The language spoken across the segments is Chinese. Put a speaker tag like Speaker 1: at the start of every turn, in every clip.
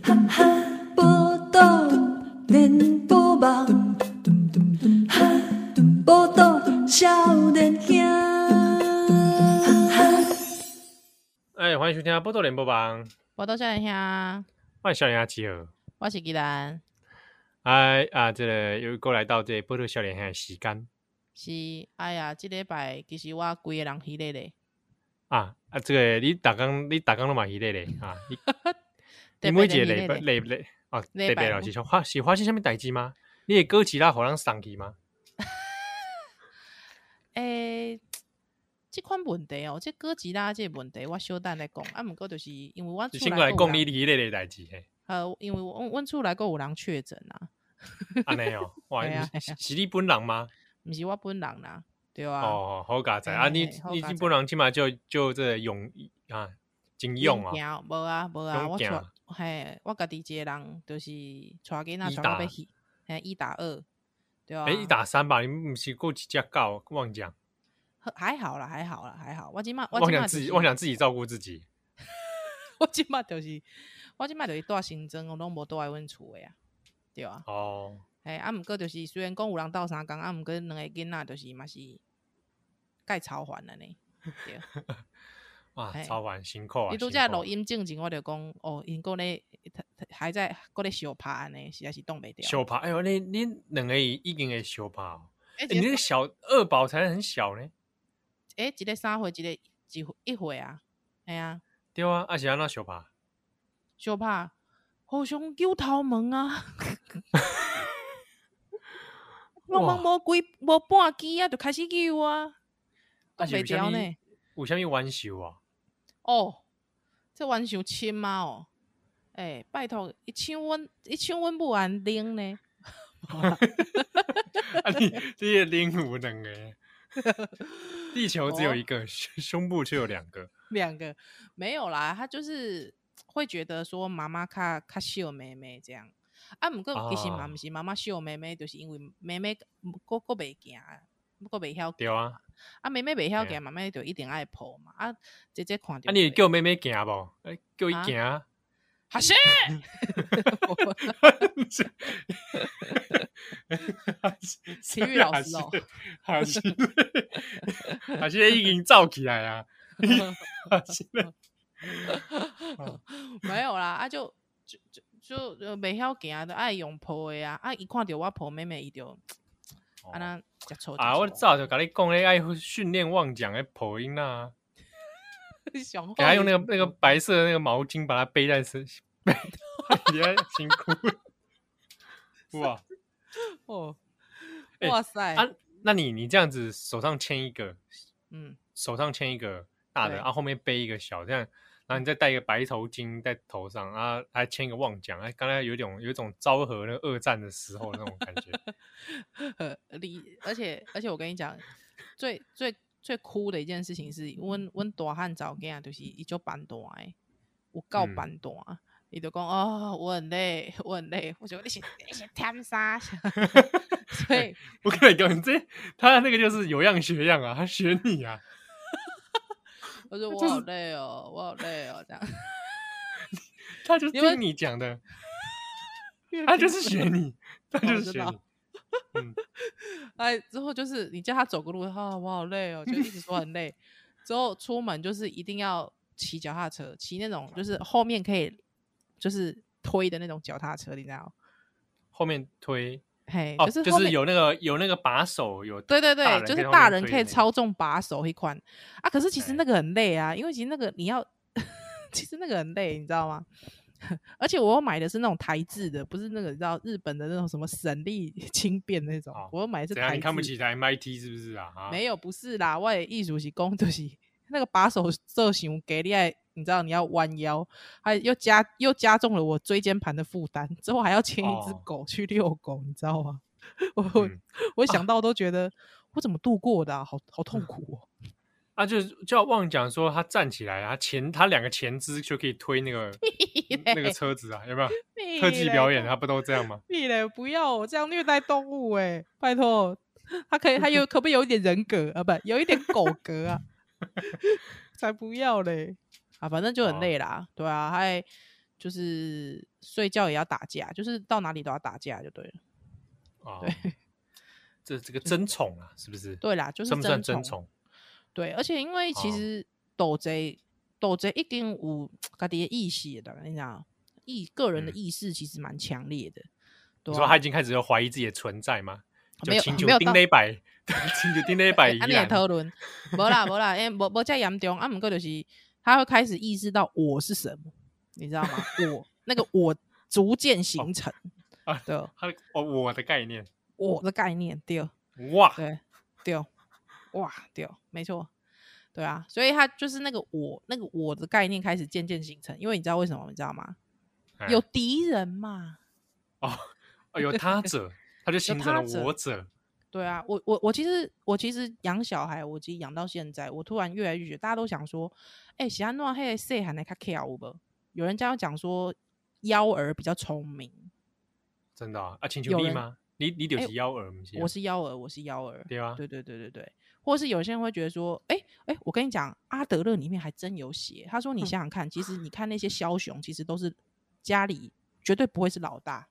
Speaker 1: 报道连波梦，报道少年兄。
Speaker 2: 哎，欢迎收听《波多联播榜》，
Speaker 3: 我到少年兄，
Speaker 2: 欢迎小脸阿吉尔。
Speaker 3: 我是吉兰，
Speaker 2: 哎啊，这个又过来到这波多笑脸兄的时间
Speaker 3: 是哎呀，即礼拜其实我规个人疲累咧，
Speaker 2: 啊啊，这个你打工你打工都嘛迄个咧啊， 你你每一个礼拜礼拜啊，
Speaker 3: 礼
Speaker 2: 礼拜
Speaker 3: 拜
Speaker 2: 了
Speaker 3: 五
Speaker 2: 是想发是发生什么代志吗？你的歌曲啦，互人送去吗？
Speaker 3: 诶，即款问题哦，即哥吉拉即个问题，我小等来讲，啊，毋过就是因为我
Speaker 2: 你
Speaker 3: 厝
Speaker 2: 先
Speaker 3: 内
Speaker 2: 过来
Speaker 3: 阁有
Speaker 2: 讲你
Speaker 3: 人
Speaker 2: 迄个的代志 嘿，
Speaker 3: 呃，因为阮阮厝内阁有人确诊啊，
Speaker 2: 安尼哦，哇，
Speaker 3: 嘿啊
Speaker 2: 你是是你本人吗？
Speaker 3: 毋是我本人啦，对啊，
Speaker 2: 哦，好加载啊，
Speaker 3: 嘿
Speaker 2: 你
Speaker 3: 嘿好
Speaker 2: 你
Speaker 3: 佳
Speaker 2: 你
Speaker 3: 哉
Speaker 2: 本人起码就就这个勇啊，真勇啊，
Speaker 3: 啊，无啊无啊，
Speaker 2: 勇
Speaker 3: 我
Speaker 2: 行
Speaker 3: 带嘿，我家己一个人就是带囡仔
Speaker 2: 一
Speaker 3: 全
Speaker 2: 打
Speaker 3: 部要去，嘿，一打二，对啊，
Speaker 2: 哎，一打三吧，你毋是过几只狗忘啊讲，
Speaker 3: 呵还好啦，还好啦，还好，我即满我
Speaker 2: 忘
Speaker 3: 即
Speaker 2: 讲
Speaker 3: 满
Speaker 2: 自
Speaker 3: 就
Speaker 2: 己
Speaker 3: 是
Speaker 2: 忘讲自己照顾自己。
Speaker 3: 我即摆就是，我即摆就是住新庄，我拢无住来阮厝诶啊，对啊。
Speaker 2: 哦，
Speaker 3: 哎、啊，毋过就是虽然讲有人斗相共，啊，毋过两个囡仔就是嘛是介操烦了 呢。对，
Speaker 2: 哇，
Speaker 3: 嘿
Speaker 2: 超烦，辛苦啊！
Speaker 3: 哎你拄
Speaker 2: 辛
Speaker 3: 则
Speaker 2: 苦
Speaker 3: 录音正前，我就讲哦，因个咧还在个咧相拍安尼，实在是挡袂掉。
Speaker 2: 小爬，哎呦，你你两个已经会小爬哦，
Speaker 3: 哎、
Speaker 2: 哎你
Speaker 3: 一
Speaker 2: 那个
Speaker 3: 个
Speaker 2: 小二宝才很小呢，
Speaker 3: 哎、一个三岁，一个一岁一岁啊，哎啊，
Speaker 2: 对啊，啊是安那小爬，
Speaker 3: 相拍互相揪头毛 啊！我
Speaker 2: 哇
Speaker 3: 毛无几无半支啊，就开始揪啊！
Speaker 2: 啊
Speaker 3: 挡
Speaker 2: 是
Speaker 3: 袂
Speaker 2: 有啥
Speaker 3: 掉
Speaker 2: 物
Speaker 3: 呢。
Speaker 2: 有啥物玩笑啊？
Speaker 3: 哦，这玩想亲妈哦，诶、拜托，伊抢阮，伊抢阮母安冷呢，
Speaker 2: 啊你这些鹦鹉两个，地球只有
Speaker 3: 哦
Speaker 2: 一个，胸胸部却有两个，
Speaker 3: 两个没有啦，他就是会觉得说妈妈较较秀妹妹这样。啊，毋过其实嘛，
Speaker 2: 啊
Speaker 3: 毋是妈妈秀妹妹，就是因为妹妹个个袂行，个袂晓
Speaker 2: 对啊，
Speaker 3: 啊，妹妹袂晓
Speaker 2: 嘿啊
Speaker 3: 行，妈妈就一定爱抱嘛。啊，姐姐看着
Speaker 2: 啊你有
Speaker 3: 就
Speaker 2: 叫妹妹行不？哎叫伊
Speaker 3: 啊
Speaker 2: 行啊，
Speaker 3: 哈是，体育老师哦，
Speaker 2: 还是还是已经走起来啊，还是
Speaker 3: 没有啦，啊就就就就就袂晓行的，爱用抱的啊，啊伊看着我抱妹妹伊就啊那食醋
Speaker 2: 哦啊，我 早就跟你讲咧，爱训练妄讲诶，破音啦、啊，
Speaker 3: 想
Speaker 2: 给他用那个那个白色的那个毛巾把它背在身，背也辛苦。哇
Speaker 3: 哦，
Speaker 2: 哎
Speaker 3: 哇塞，
Speaker 2: 啊，那你你这样子手上牵一个，
Speaker 3: 嗯，
Speaker 2: 手上牵一个大的，
Speaker 3: 对嗯
Speaker 2: 然、后后面背一个小，这样，然后你再戴一个白头巾在头上，啊，还牵一个妄讲，哎，刚才有一种有一种昭和那个二战的时候那种感 觉。
Speaker 3: 呃，你而且而且我跟你讲，最最最酷的一件事情是，阮阮大汉早囝就是伊就班大的，有够
Speaker 2: 嗯
Speaker 3: 班大。伊就讲哦，我很累，我很累。我说你是你是天啥？ 所以
Speaker 2: 我跟你讲，这他那个就是有样学样啊，他学你啊。
Speaker 3: 我说
Speaker 2: 就
Speaker 3: 我
Speaker 2: 是
Speaker 3: 好累哦，我好累哦，这样。
Speaker 2: 他就
Speaker 3: 因为
Speaker 2: 听你讲的， 他就是学你，他
Speaker 3: 哦我
Speaker 2: 就是
Speaker 3: 知
Speaker 2: 学
Speaker 3: 道
Speaker 2: 你。
Speaker 3: 哎，之后就是你叫他走个路，啊，我好累哦，就一直说 很累。之后出门就是一定要骑脚踏车，骑那种就是
Speaker 2: 哦
Speaker 3: 后面可以就是推的那种脚踏车，你知道？
Speaker 2: 后面推
Speaker 3: 嘿，
Speaker 2: 哦，
Speaker 3: 哎是
Speaker 2: 就
Speaker 3: 后
Speaker 2: 是
Speaker 3: 面。
Speaker 2: 有那个有那个把手，有
Speaker 3: 对对对，
Speaker 2: 人
Speaker 3: 就
Speaker 2: 可以
Speaker 3: 是
Speaker 2: 后
Speaker 3: 大
Speaker 2: 面
Speaker 3: 人
Speaker 2: 推
Speaker 3: 可以
Speaker 2: 的那
Speaker 3: 操
Speaker 2: 个
Speaker 3: 纵把手一款啊，可是其实
Speaker 2: 哎
Speaker 3: 那个很累啊，因为其实那个你要， 其实那个很累，你知道吗？ 而且我又买的是那种台制的，不是那个你知道日本的那种什么省力 轻便那种
Speaker 2: 哦，
Speaker 3: 我又买的是
Speaker 2: 怎样？
Speaker 3: 台
Speaker 2: 你看不
Speaker 3: 制
Speaker 2: 起台 MIT 是不是啊？啊，
Speaker 3: 没有，不是啦，我的意思是讲就是 那个把手做型给力，你知道你要弯腰，还又加又加重了我椎间盘的负担，之后还要牵一只
Speaker 2: 哦
Speaker 3: 狗去遛狗，你知道吗？ 我我、
Speaker 2: 嗯
Speaker 3: 我想到都觉得、我怎么度过的啊、好好痛苦哦。
Speaker 2: 啊，就是就要忘讲说他站起来啊，前他两个前肢就可以推那个那个车子啊，有没有？ 特技表演他不都这样吗？
Speaker 3: 欸屁嘞，不要哦这样虐待动物哎、拜托，他可以，他 有可不可以有一点人格啊？不，有一点狗格啊？ 才不要嘞！啊，反正就很
Speaker 2: 哦
Speaker 3: 累啦，对啊，还就是睡觉也要打架，就是到哪里都要打架就对了。
Speaker 2: 哦，这这个争宠啊，是不是？
Speaker 3: 对啦，就是
Speaker 2: 算不算争
Speaker 3: 争
Speaker 2: 宠？
Speaker 3: 对，而且因为其
Speaker 2: 哦
Speaker 3: 实斗贼斗贼一定有家己的意识的，你讲意个人的
Speaker 2: 嗯
Speaker 3: 意识其实蛮强烈的。
Speaker 2: 你
Speaker 3: 对
Speaker 2: 说
Speaker 3: 啊
Speaker 2: 他已经开始有怀疑自己的存在吗？就
Speaker 3: 没有
Speaker 2: 请
Speaker 3: 没有
Speaker 2: 求丁
Speaker 3: 到
Speaker 2: 磊百， 请求丁磊 百一
Speaker 3: 啊，你也
Speaker 2: 样。
Speaker 3: 讨论，无啦无啦，因为无无遮严重，啊，毋过就是他会开始意识到我是什么，你知道吗？我那个我逐 渐形成
Speaker 2: 哦啊
Speaker 3: 的
Speaker 2: 他的哦，我的概念，
Speaker 3: 我的概念，对
Speaker 2: 哇，
Speaker 3: 对对，哇对，没错，对啊，所以他就是那个我那个我的概念开始渐渐形成，因为你知道为什么？你知道吗？
Speaker 2: 哎
Speaker 3: 有敌人嘛，
Speaker 2: 哦，哦有他者，他就形成
Speaker 3: 他者
Speaker 2: 了我者。
Speaker 3: 对啊，我我我其实我其实养小孩，我其实养到现在，我突然越来越觉得，大家都想说，哎、欸，喜欢诺黑谁还能看 K L 不？有人这样讲说，幺儿比较聪明，
Speaker 2: 真的啊？啊，请求
Speaker 3: 有
Speaker 2: 你
Speaker 3: 人
Speaker 2: 吗？你你就
Speaker 3: 哎
Speaker 2: 是幺二，不是啊
Speaker 3: 我是幺儿，我是幺儿，
Speaker 2: 对啊，
Speaker 3: 对对对对对，或是有些人会觉得说，哎、哎、我跟你讲，阿德勒里面还真有写，他
Speaker 2: 嗯
Speaker 3: 说你想想看，其实你看那些枭雄，其实都是家里绝对不会是老大，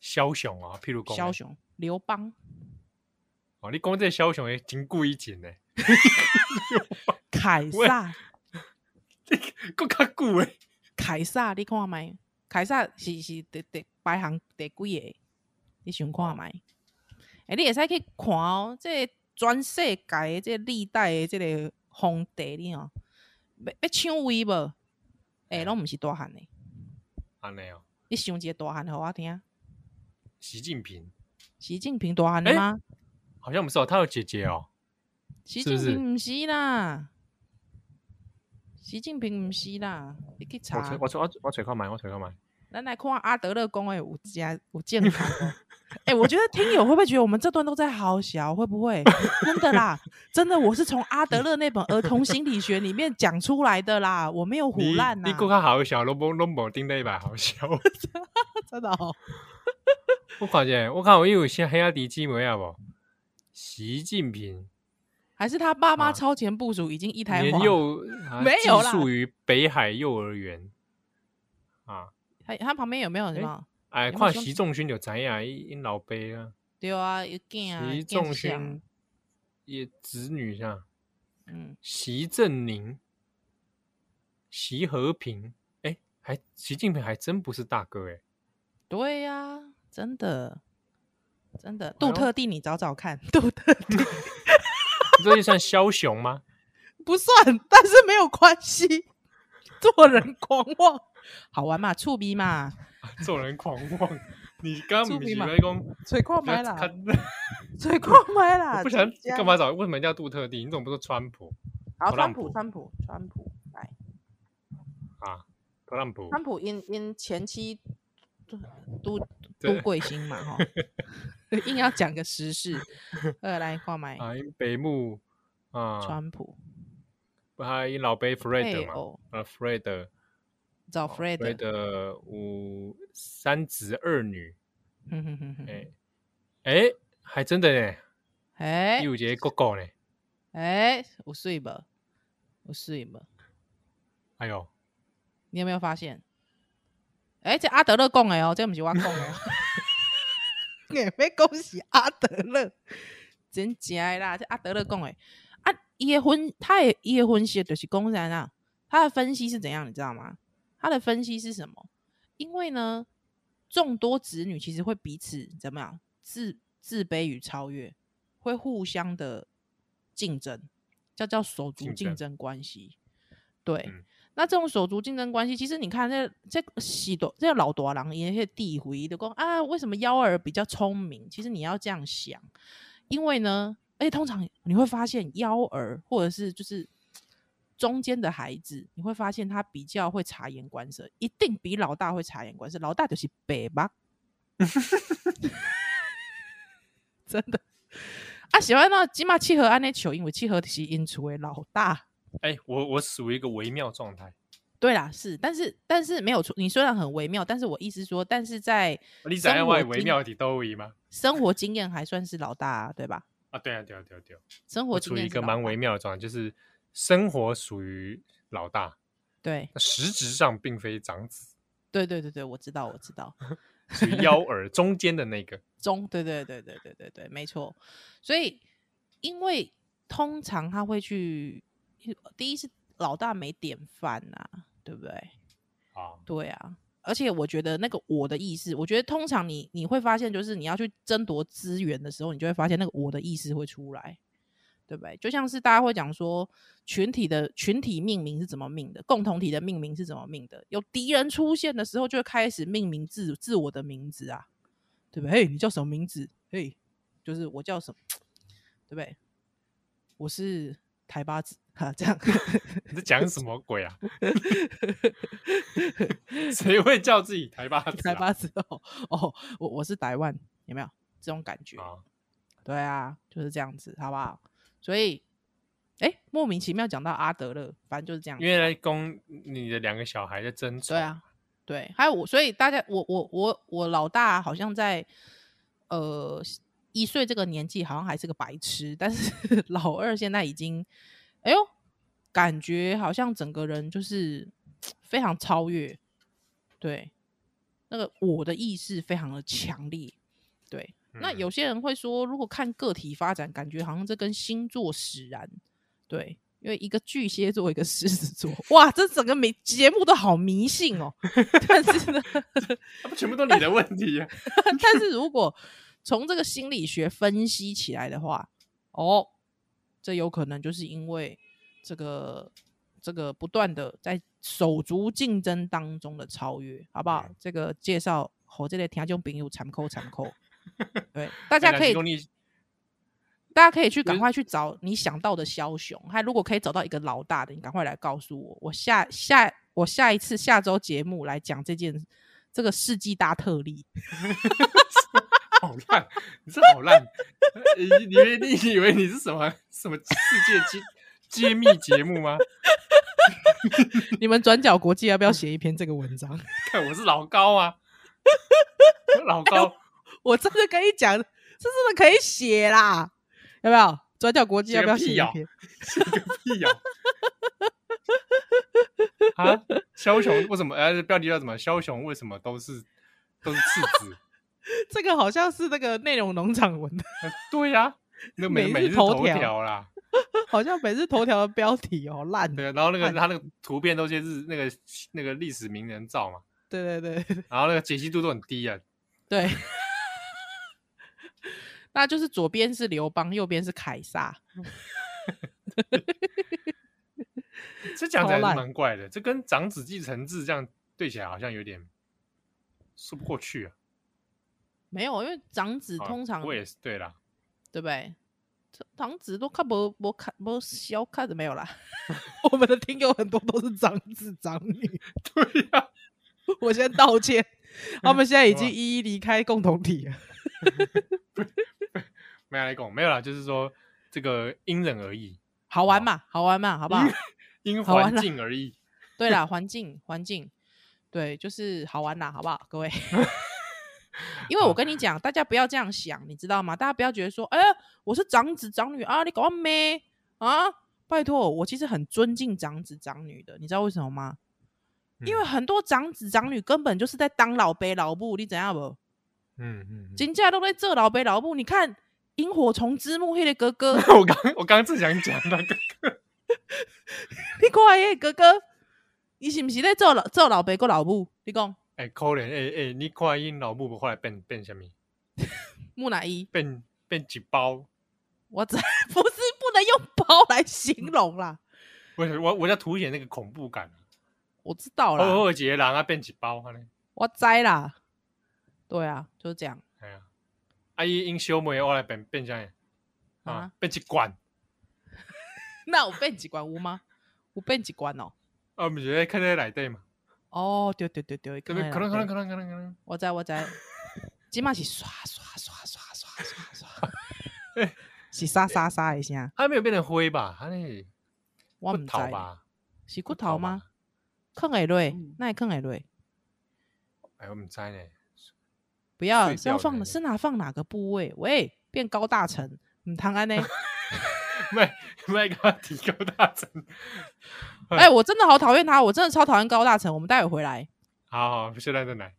Speaker 2: 枭雄啊，譬如讲
Speaker 3: 枭雄刘 邦，
Speaker 2: 哦，你讲这枭雄诶，真故意紧呢，
Speaker 3: 凯
Speaker 2: 喂
Speaker 3: 撒，
Speaker 2: 够较久诶，
Speaker 3: 凯撒，你看麦，凯撒是是第第排行第几个？你想看麦？诶、你会使去看哦，这个全世界的这个历代的这个皇帝你哦，要要抢位无？诶、
Speaker 2: 哎
Speaker 3: 拢毋是大汉的，
Speaker 2: 安尼哦，
Speaker 3: 你想一个大汉互我听，
Speaker 2: 习近平
Speaker 3: 习近平大汉的
Speaker 2: 哎
Speaker 3: 吗？
Speaker 2: 好像不是哦，他有姐姐哦，
Speaker 3: 习
Speaker 2: 是不
Speaker 3: 近
Speaker 2: 是
Speaker 3: 平毋是啦，习近平毋是啦，你去
Speaker 2: 我
Speaker 3: 查
Speaker 2: 找。我找我我找看买，我找看买，
Speaker 3: 咱来看阿德勒公诶，有家有健康哦。 哎、我觉得听友会不会觉得我们这段都在好小？会不 会真的啦？真的，我是从阿德勒那本儿童心理学里面讲出来的啦，我没有胡
Speaker 2: 你
Speaker 3: 乱啊呐
Speaker 2: 你，够较好笑，拢无拢无顶咧吧好笑。
Speaker 3: 真的哦。
Speaker 2: 我看见我看有伊有些黑阿弟姊妹啊无，习近平
Speaker 3: 还是他爸妈
Speaker 2: 啊
Speaker 3: 超前部署，已经一胎
Speaker 2: 年
Speaker 3: 化。
Speaker 2: 幼啊
Speaker 3: 没有
Speaker 2: 寄
Speaker 3: 啦
Speaker 2: 宿于北海幼儿园啊，
Speaker 3: 他他旁边有没有什
Speaker 2: 哎
Speaker 3: 么？
Speaker 2: 哎，
Speaker 3: 有没有
Speaker 2: 看
Speaker 3: 兄
Speaker 2: 习仲勋就知影伊因老爸啊，
Speaker 3: 对啊，有囝啊，
Speaker 2: 习
Speaker 3: 有囝
Speaker 2: 仲
Speaker 3: 是啊
Speaker 2: 勋也子女啊。
Speaker 3: 嗯，
Speaker 2: 习正宁、习和平，哎，还习近平还真不是大哥哎，
Speaker 3: 对呀、真的，真的。
Speaker 2: 哎
Speaker 3: 杜
Speaker 2: 呦
Speaker 3: 特地，你找找看， 杜特地
Speaker 2: 这就算枭雄吗？
Speaker 3: 不算， 但是没有关系。做人狂妄，好玩嘛，触鼻嘛，
Speaker 2: 做人狂妄，你刚
Speaker 3: 出
Speaker 2: 刚不
Speaker 3: 名
Speaker 2: 是
Speaker 3: 嘛
Speaker 2: 在讲
Speaker 3: 嘴狂
Speaker 2: 不要
Speaker 3: 买啊啦，
Speaker 2: 看
Speaker 3: 嘴狂买 啦，
Speaker 2: 我不想
Speaker 3: 这样
Speaker 2: 干嘛？找？为什么叫杜特地？你怎么不说川普
Speaker 3: 好，
Speaker 2: 特
Speaker 3: 川
Speaker 2: 朗
Speaker 3: 普，
Speaker 2: 普
Speaker 3: 川普，川普，来，
Speaker 2: 啊？特朗普
Speaker 3: 川普因因前妻都都都
Speaker 2: 对
Speaker 3: 贵星嘛，哈， 硬要讲个时事，呃，来挂买
Speaker 2: 啊，因北木啊，
Speaker 3: 川普
Speaker 2: 还有因老爸
Speaker 3: 配
Speaker 2: Fred 嘛，
Speaker 3: 偶
Speaker 2: 啊，Fred
Speaker 3: 找
Speaker 2: 哦
Speaker 3: Fred，
Speaker 2: Fred 五三子二女，
Speaker 3: 哼哼哼哼
Speaker 2: 哎哎，还真的呢，
Speaker 3: 哎
Speaker 2: 伊有一个哥哥呢，
Speaker 3: 哎，我睡吧，我睡吧，
Speaker 2: 哎呦。
Speaker 3: 你有没有发现？哎、这阿德勒讲的哦，这不是我讲的哦。 也没恭喜阿德勒，真正的啦！这阿德勒讲的啊，伊的分，他的伊的分析就是讲啥啊？他的分析是怎样，你知道吗？他的分析是什么？因为呢，众多子女其实会彼此怎么样自自卑与超越，会互相的竞争，叫叫手足
Speaker 2: 竞
Speaker 3: 竞
Speaker 2: 争
Speaker 3: 争关系。对，
Speaker 2: 嗯
Speaker 3: 那这种手足竞争关系，其实你看这这喜多这老多郎也些地回的讲啊，为什么幺儿比较聪明？其实你要这样想，因为呢，而且通常你会发现幺儿或者是就是中间的孩子，你会发现他比较会察言观色，一定比老大会察言观色。老大就是北吧， 真的啊，喜欢那起码契合安内球，因为契合是因厝的老大。
Speaker 2: 哎、我我属于一个微妙状态，
Speaker 3: 对啦，是，但是但是没有错，你虽然很微妙，但是我意思说，但是在
Speaker 2: 哦你知影
Speaker 3: 生
Speaker 2: 我
Speaker 3: 活
Speaker 2: 的微
Speaker 3: 经
Speaker 2: 妙伫倒位吗？
Speaker 3: 生活经验还算是老大、啊，对吧？
Speaker 2: 啊，对啊，对啊，对啊，对啊，
Speaker 3: 生活
Speaker 2: 我
Speaker 3: 经
Speaker 2: 处
Speaker 3: 验
Speaker 2: 于一
Speaker 3: 是
Speaker 2: 个
Speaker 3: 老
Speaker 2: 蛮
Speaker 3: 大
Speaker 2: 微妙的状态，就是生活属于老大，
Speaker 3: 对
Speaker 2: 那实质上并非长子，
Speaker 3: 对对对对，我知道我知道
Speaker 2: 属于幺儿中间的那个。
Speaker 3: 中，对对对对对对对，没错。所以因为通常他会去，第一是老大没典范呐、对不对？
Speaker 2: 啊，
Speaker 3: 对啊，而且我觉得那个我的意识，我觉得通常你你会发现，就是你要去争夺资源的时候，你就会发现那个我的意识会出来，对不对？就像是大家会讲说，群体的群体命名是怎么命的，共同体的命名是怎么命的，有敌人出现的时候，就会开始命名自自我的名字啊，对不对？嘿，你叫什么名字？嘿，就是我叫什么，对不对？我是台巴子哈，这样。
Speaker 2: 你在讲什么 鬼啊？ 谁会叫自己台巴子、啊？
Speaker 3: 台巴子哦哦，我我是台湾，有没有这种感觉？
Speaker 2: 啊，
Speaker 3: 对啊，就是这样子，好不好？所以，哎，莫名其妙讲到阿德勒，反正就是这样
Speaker 2: 因。为来供你的两个小孩在争宠。
Speaker 3: 对啊，对，还有我，所以大家，我我我我老大好像在呃一岁这个年纪，好像还是个白痴，但是 老二现在已经，哎呦，感觉好像整个人就是非常超越，对，那个我的意识非常的强烈，对。那
Speaker 2: 嗯
Speaker 3: 有些人会说，如果看个体发展，感觉好像这跟星座使然，对，因为一个巨蟹座，一个狮子座，哇，这整个每节目都好迷信哦。 但是呢，
Speaker 2: 啊那不全部都你的问题、啊。
Speaker 3: 但是如果从这个心理学分析起来的话，哦，这有可能就是因为这个这个不断的在手足竞争当中的超越，好不好？
Speaker 2: 嗯
Speaker 3: 这个介绍和这类听众朋友参考参考。对，
Speaker 2: 大
Speaker 3: 大家可以
Speaker 2: 你
Speaker 3: 大家可以去
Speaker 2: 就
Speaker 3: 赶
Speaker 2: 是
Speaker 3: 快去找你想到的枭雄，还如果可以找到一个老大的，你赶快来告诉我，我下下我下一次下周节目来讲这件这个世纪大特例。
Speaker 2: 好烂，你这好烂！你你以为你以为你是什么什么世界揭揭秘节目吗？
Speaker 3: 你们转角国际要不要写一篇这个文章？
Speaker 2: 看我是老高啊，老高，
Speaker 3: 我真的跟你讲，这真的可以写啦，有没有？转角国际要不要写一
Speaker 2: 写个屁哦
Speaker 3: 篇？
Speaker 2: 写个屁呀、 啊！啊，枭雄为什么？呃，标题叫什么？枭雄为什么都是都是次子？
Speaker 3: 这个好像是那个内容农场文的，
Speaker 2: 呃对呀、那每
Speaker 3: 每
Speaker 2: 每
Speaker 3: 日
Speaker 2: 日
Speaker 3: 头
Speaker 2: 头
Speaker 3: 条
Speaker 2: 条啦，
Speaker 3: 好像每日头条的标题哦，好烂。
Speaker 2: 对啊，然后那个
Speaker 3: 看
Speaker 2: 他那个图片都是日那个那个历史名人照嘛，
Speaker 3: 对对对
Speaker 2: 然后那个解析度都很低啊，
Speaker 3: 对， 那就是左边是刘邦，右边是凯撒。
Speaker 2: 这讲起
Speaker 3: 超
Speaker 2: 来是
Speaker 3: 烂
Speaker 2: 蛮怪的，这跟长子继承制这样对起来好像有点说不过去啊。
Speaker 3: 没有，因为长子
Speaker 2: 好
Speaker 3: 通常
Speaker 2: 不哦过也是对啦，
Speaker 3: 对不对？这长子都看不不看不小看的没有啦。 我们的听友很多都是长子长女，
Speaker 2: 对啊呀、
Speaker 3: 我先道歉，他们现在已
Speaker 2: 好吧
Speaker 3: 经一一离开共同体了。
Speaker 2: 没有来讲，没有啦，就是说这个因人而异，
Speaker 3: 好玩嘛，好玩嘛，好不好？
Speaker 2: 因
Speaker 3: 好啊玩
Speaker 2: 环
Speaker 3: 啦
Speaker 2: 境而异。
Speaker 3: 对啦，环境环境，对，就是好玩啦，好不好，各位？ 因为我跟你讲，大家不要这样想，你知道吗？大家不要觉得说，哎、我是长子长女啊，你搞咩啊？拜托，我其实很尊敬长子长女的，你知道为什么吗？因为
Speaker 2: 嗯
Speaker 3: 很多长子长女根本就是在当老伯老母，你怎样不？
Speaker 2: 嗯嗯，嗯
Speaker 3: 真正都在做老伯老母。你看《萤火虫之墓》那个哥 哥，
Speaker 2: 我刚我刚刚正想讲那个，
Speaker 3: 你看那个哥哥，伊是不是在做老做老伯个老母？你讲
Speaker 2: 哎、可怜哎哎，你看因老母后来变变什么？
Speaker 3: 木乃伊，
Speaker 2: 变变几包？
Speaker 3: 我真不是不能用包来形容啦，
Speaker 2: 我我我在凸显那个恐怖感啊，
Speaker 3: 我知道啦，
Speaker 2: 后后杰狼啊变几包啊嘞？
Speaker 3: 我栽啦，对啊，就是这样
Speaker 2: 哎呀，啊伊因小妹后来变变啥？
Speaker 3: 啊。
Speaker 2: 啊，变一罐。
Speaker 3: 那我变几关屋吗？我变几关哦。
Speaker 2: 啊，毋是咧看咧内底嘛，
Speaker 3: 哦，对对对对，
Speaker 2: 特别可能可能可
Speaker 3: 能，
Speaker 2: 能可能可能，
Speaker 3: 我知我知，即码是刷刷刷刷刷刷 刷
Speaker 2: 哎，
Speaker 3: 是沙沙沙一下，
Speaker 2: 他没有变成灰吧？他那
Speaker 3: 我唔知
Speaker 2: 逃吧？
Speaker 3: 是骨头吗？？坑矮瑞
Speaker 4: 嗯，
Speaker 3: 那也坑矮瑞，
Speaker 2: 哎，我们猜呢，
Speaker 3: 不要
Speaker 2: 碎
Speaker 3: 是要
Speaker 2: 掉的
Speaker 3: 放
Speaker 2: 那个
Speaker 3: 的是哪放哪个部位？喂，变高大成，嗯，唐安呢？
Speaker 2: 麦麦给他提高大成，
Speaker 3: 哎、我真的好讨厌他，我真的超讨厌高大成。我们待会回来。
Speaker 2: 好好，现在再来。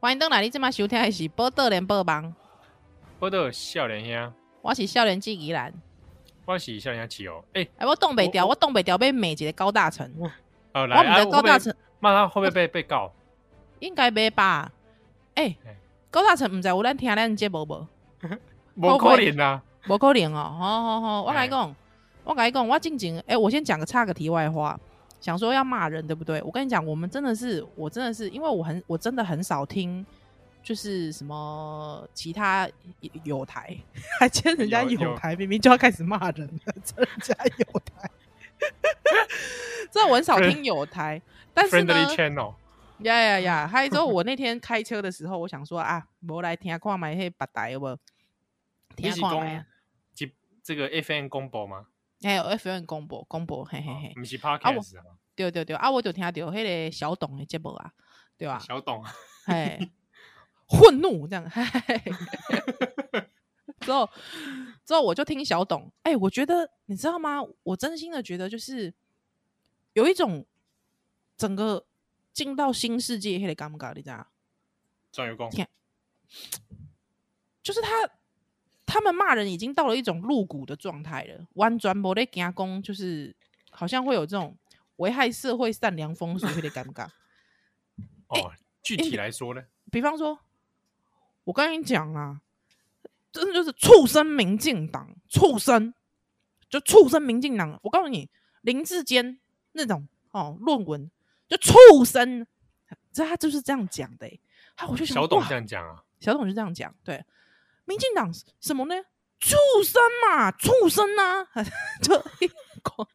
Speaker 3: 欢迎登来，你今晚收听的是《波特连波邦》，
Speaker 2: 我的笑脸兄，
Speaker 3: 我是少年纪宜兰。
Speaker 2: 我是笑脸兄起哦。哎，
Speaker 3: 哎、我冻北调，
Speaker 2: 我
Speaker 3: 我冻北调被美一个高大成，我
Speaker 2: 好来，
Speaker 3: 们
Speaker 2: 啊
Speaker 3: 的
Speaker 2: 我
Speaker 3: 高大
Speaker 2: 会不
Speaker 3: 成
Speaker 2: 会骂他会不会被被告？
Speaker 3: 应该没吧？哎、
Speaker 2: 哎
Speaker 3: 高大成唔知有咱听咱节目无？
Speaker 2: 我
Speaker 3: 会不会
Speaker 2: 可啊怜呐，
Speaker 3: 无可能哦，好 好好，我
Speaker 2: 哎
Speaker 3: 来讲，我来讲，我静静，哎、我先讲个差个题外话，想说要骂人，对不对？我跟你讲，我们真的是，我真的是，因为我很，我真的很少听，就是什么其他有台， 还兼人家
Speaker 2: 有
Speaker 3: 有
Speaker 2: 有
Speaker 3: 台，明明就要开始骂人了，这人家有台， 这我很少听有台，但是呢，
Speaker 2: Friendly Channel，
Speaker 3: 呀呀呀！还有之后，我那天开车的时候，我想说啊，无来听看买迄白台有无？
Speaker 2: 你
Speaker 3: 听
Speaker 2: 是
Speaker 3: 看麦啊
Speaker 2: 公，即这个 FM 公布吗？
Speaker 3: 还有 FN 公布公布，嘿嘿嘿
Speaker 2: 哦，不是 Podcast 啊
Speaker 3: 对对对，啊，我就听到迄个小董的节目啊，对吧？
Speaker 2: 小董啊，
Speaker 3: 嘿，愤怒这样，嘿嘿嘿 之后之后我就听小董，哎、我觉得你知道吗？我真心的觉得就是有一种整个进到新世界迄个感觉，你知道吗？
Speaker 2: 转油工，
Speaker 3: 天就是他他们骂人已经到了一种露骨的状态了，弯转没得加工，就是好像会有这种危害社会善良风俗的尴尬。
Speaker 2: 哦，具体来说呢，
Speaker 3: 比方说，我跟你讲啊，真的就是畜生民进党，畜生就畜生民进党。我告诉你，林志坚那种哦论文就畜生，这他就是这样讲的、欸。啊，我就想
Speaker 2: 小董
Speaker 3: 哇
Speaker 2: 这样讲啊，
Speaker 3: 小董就这样讲，对，民进党是什么呢？畜生嘛，畜生啊， 就一狂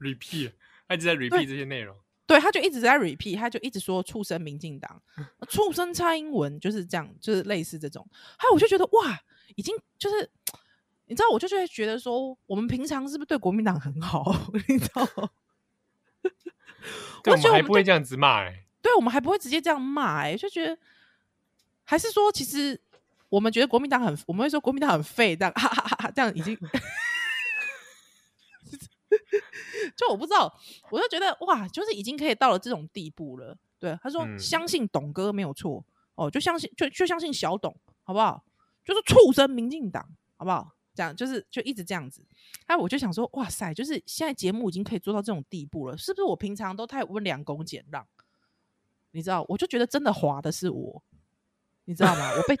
Speaker 2: repeat，他一直在 repeat 这些内容。
Speaker 3: 对，他就一直在 repeat，他就一直说畜生民进党，畜生蔡英文就是这样，就是类似这种。还有我就觉得哇，已经就是。你知道，我就会觉得说，我们平常是不是对国民党很好？ 你知道吗，
Speaker 2: 对，
Speaker 3: 我
Speaker 2: 我们
Speaker 3: 觉得我
Speaker 2: 还
Speaker 3: 们
Speaker 2: 不会这样子骂哎、
Speaker 3: 对我们还不会直接这样骂、欸，就觉得还是说，其实我们觉得国民党很，我们会说国民党很废，这样哈哈哈哈，这样已经， 就我不知道，我就觉得哇，就是已经可以到了这种地步了。对，他说、
Speaker 2: 嗯
Speaker 3: 相信董哥没有错，哦，就相信就就相信小董，好不好？就是畜生民进党，好不好？这样就是就一直这样子，哎，我就想说，哇塞，就是现在节目已经可以做到这种地步了，是不是？我平常都太温良恭俭让，你知道，我就觉得真的滑的是我，你知道吗？我被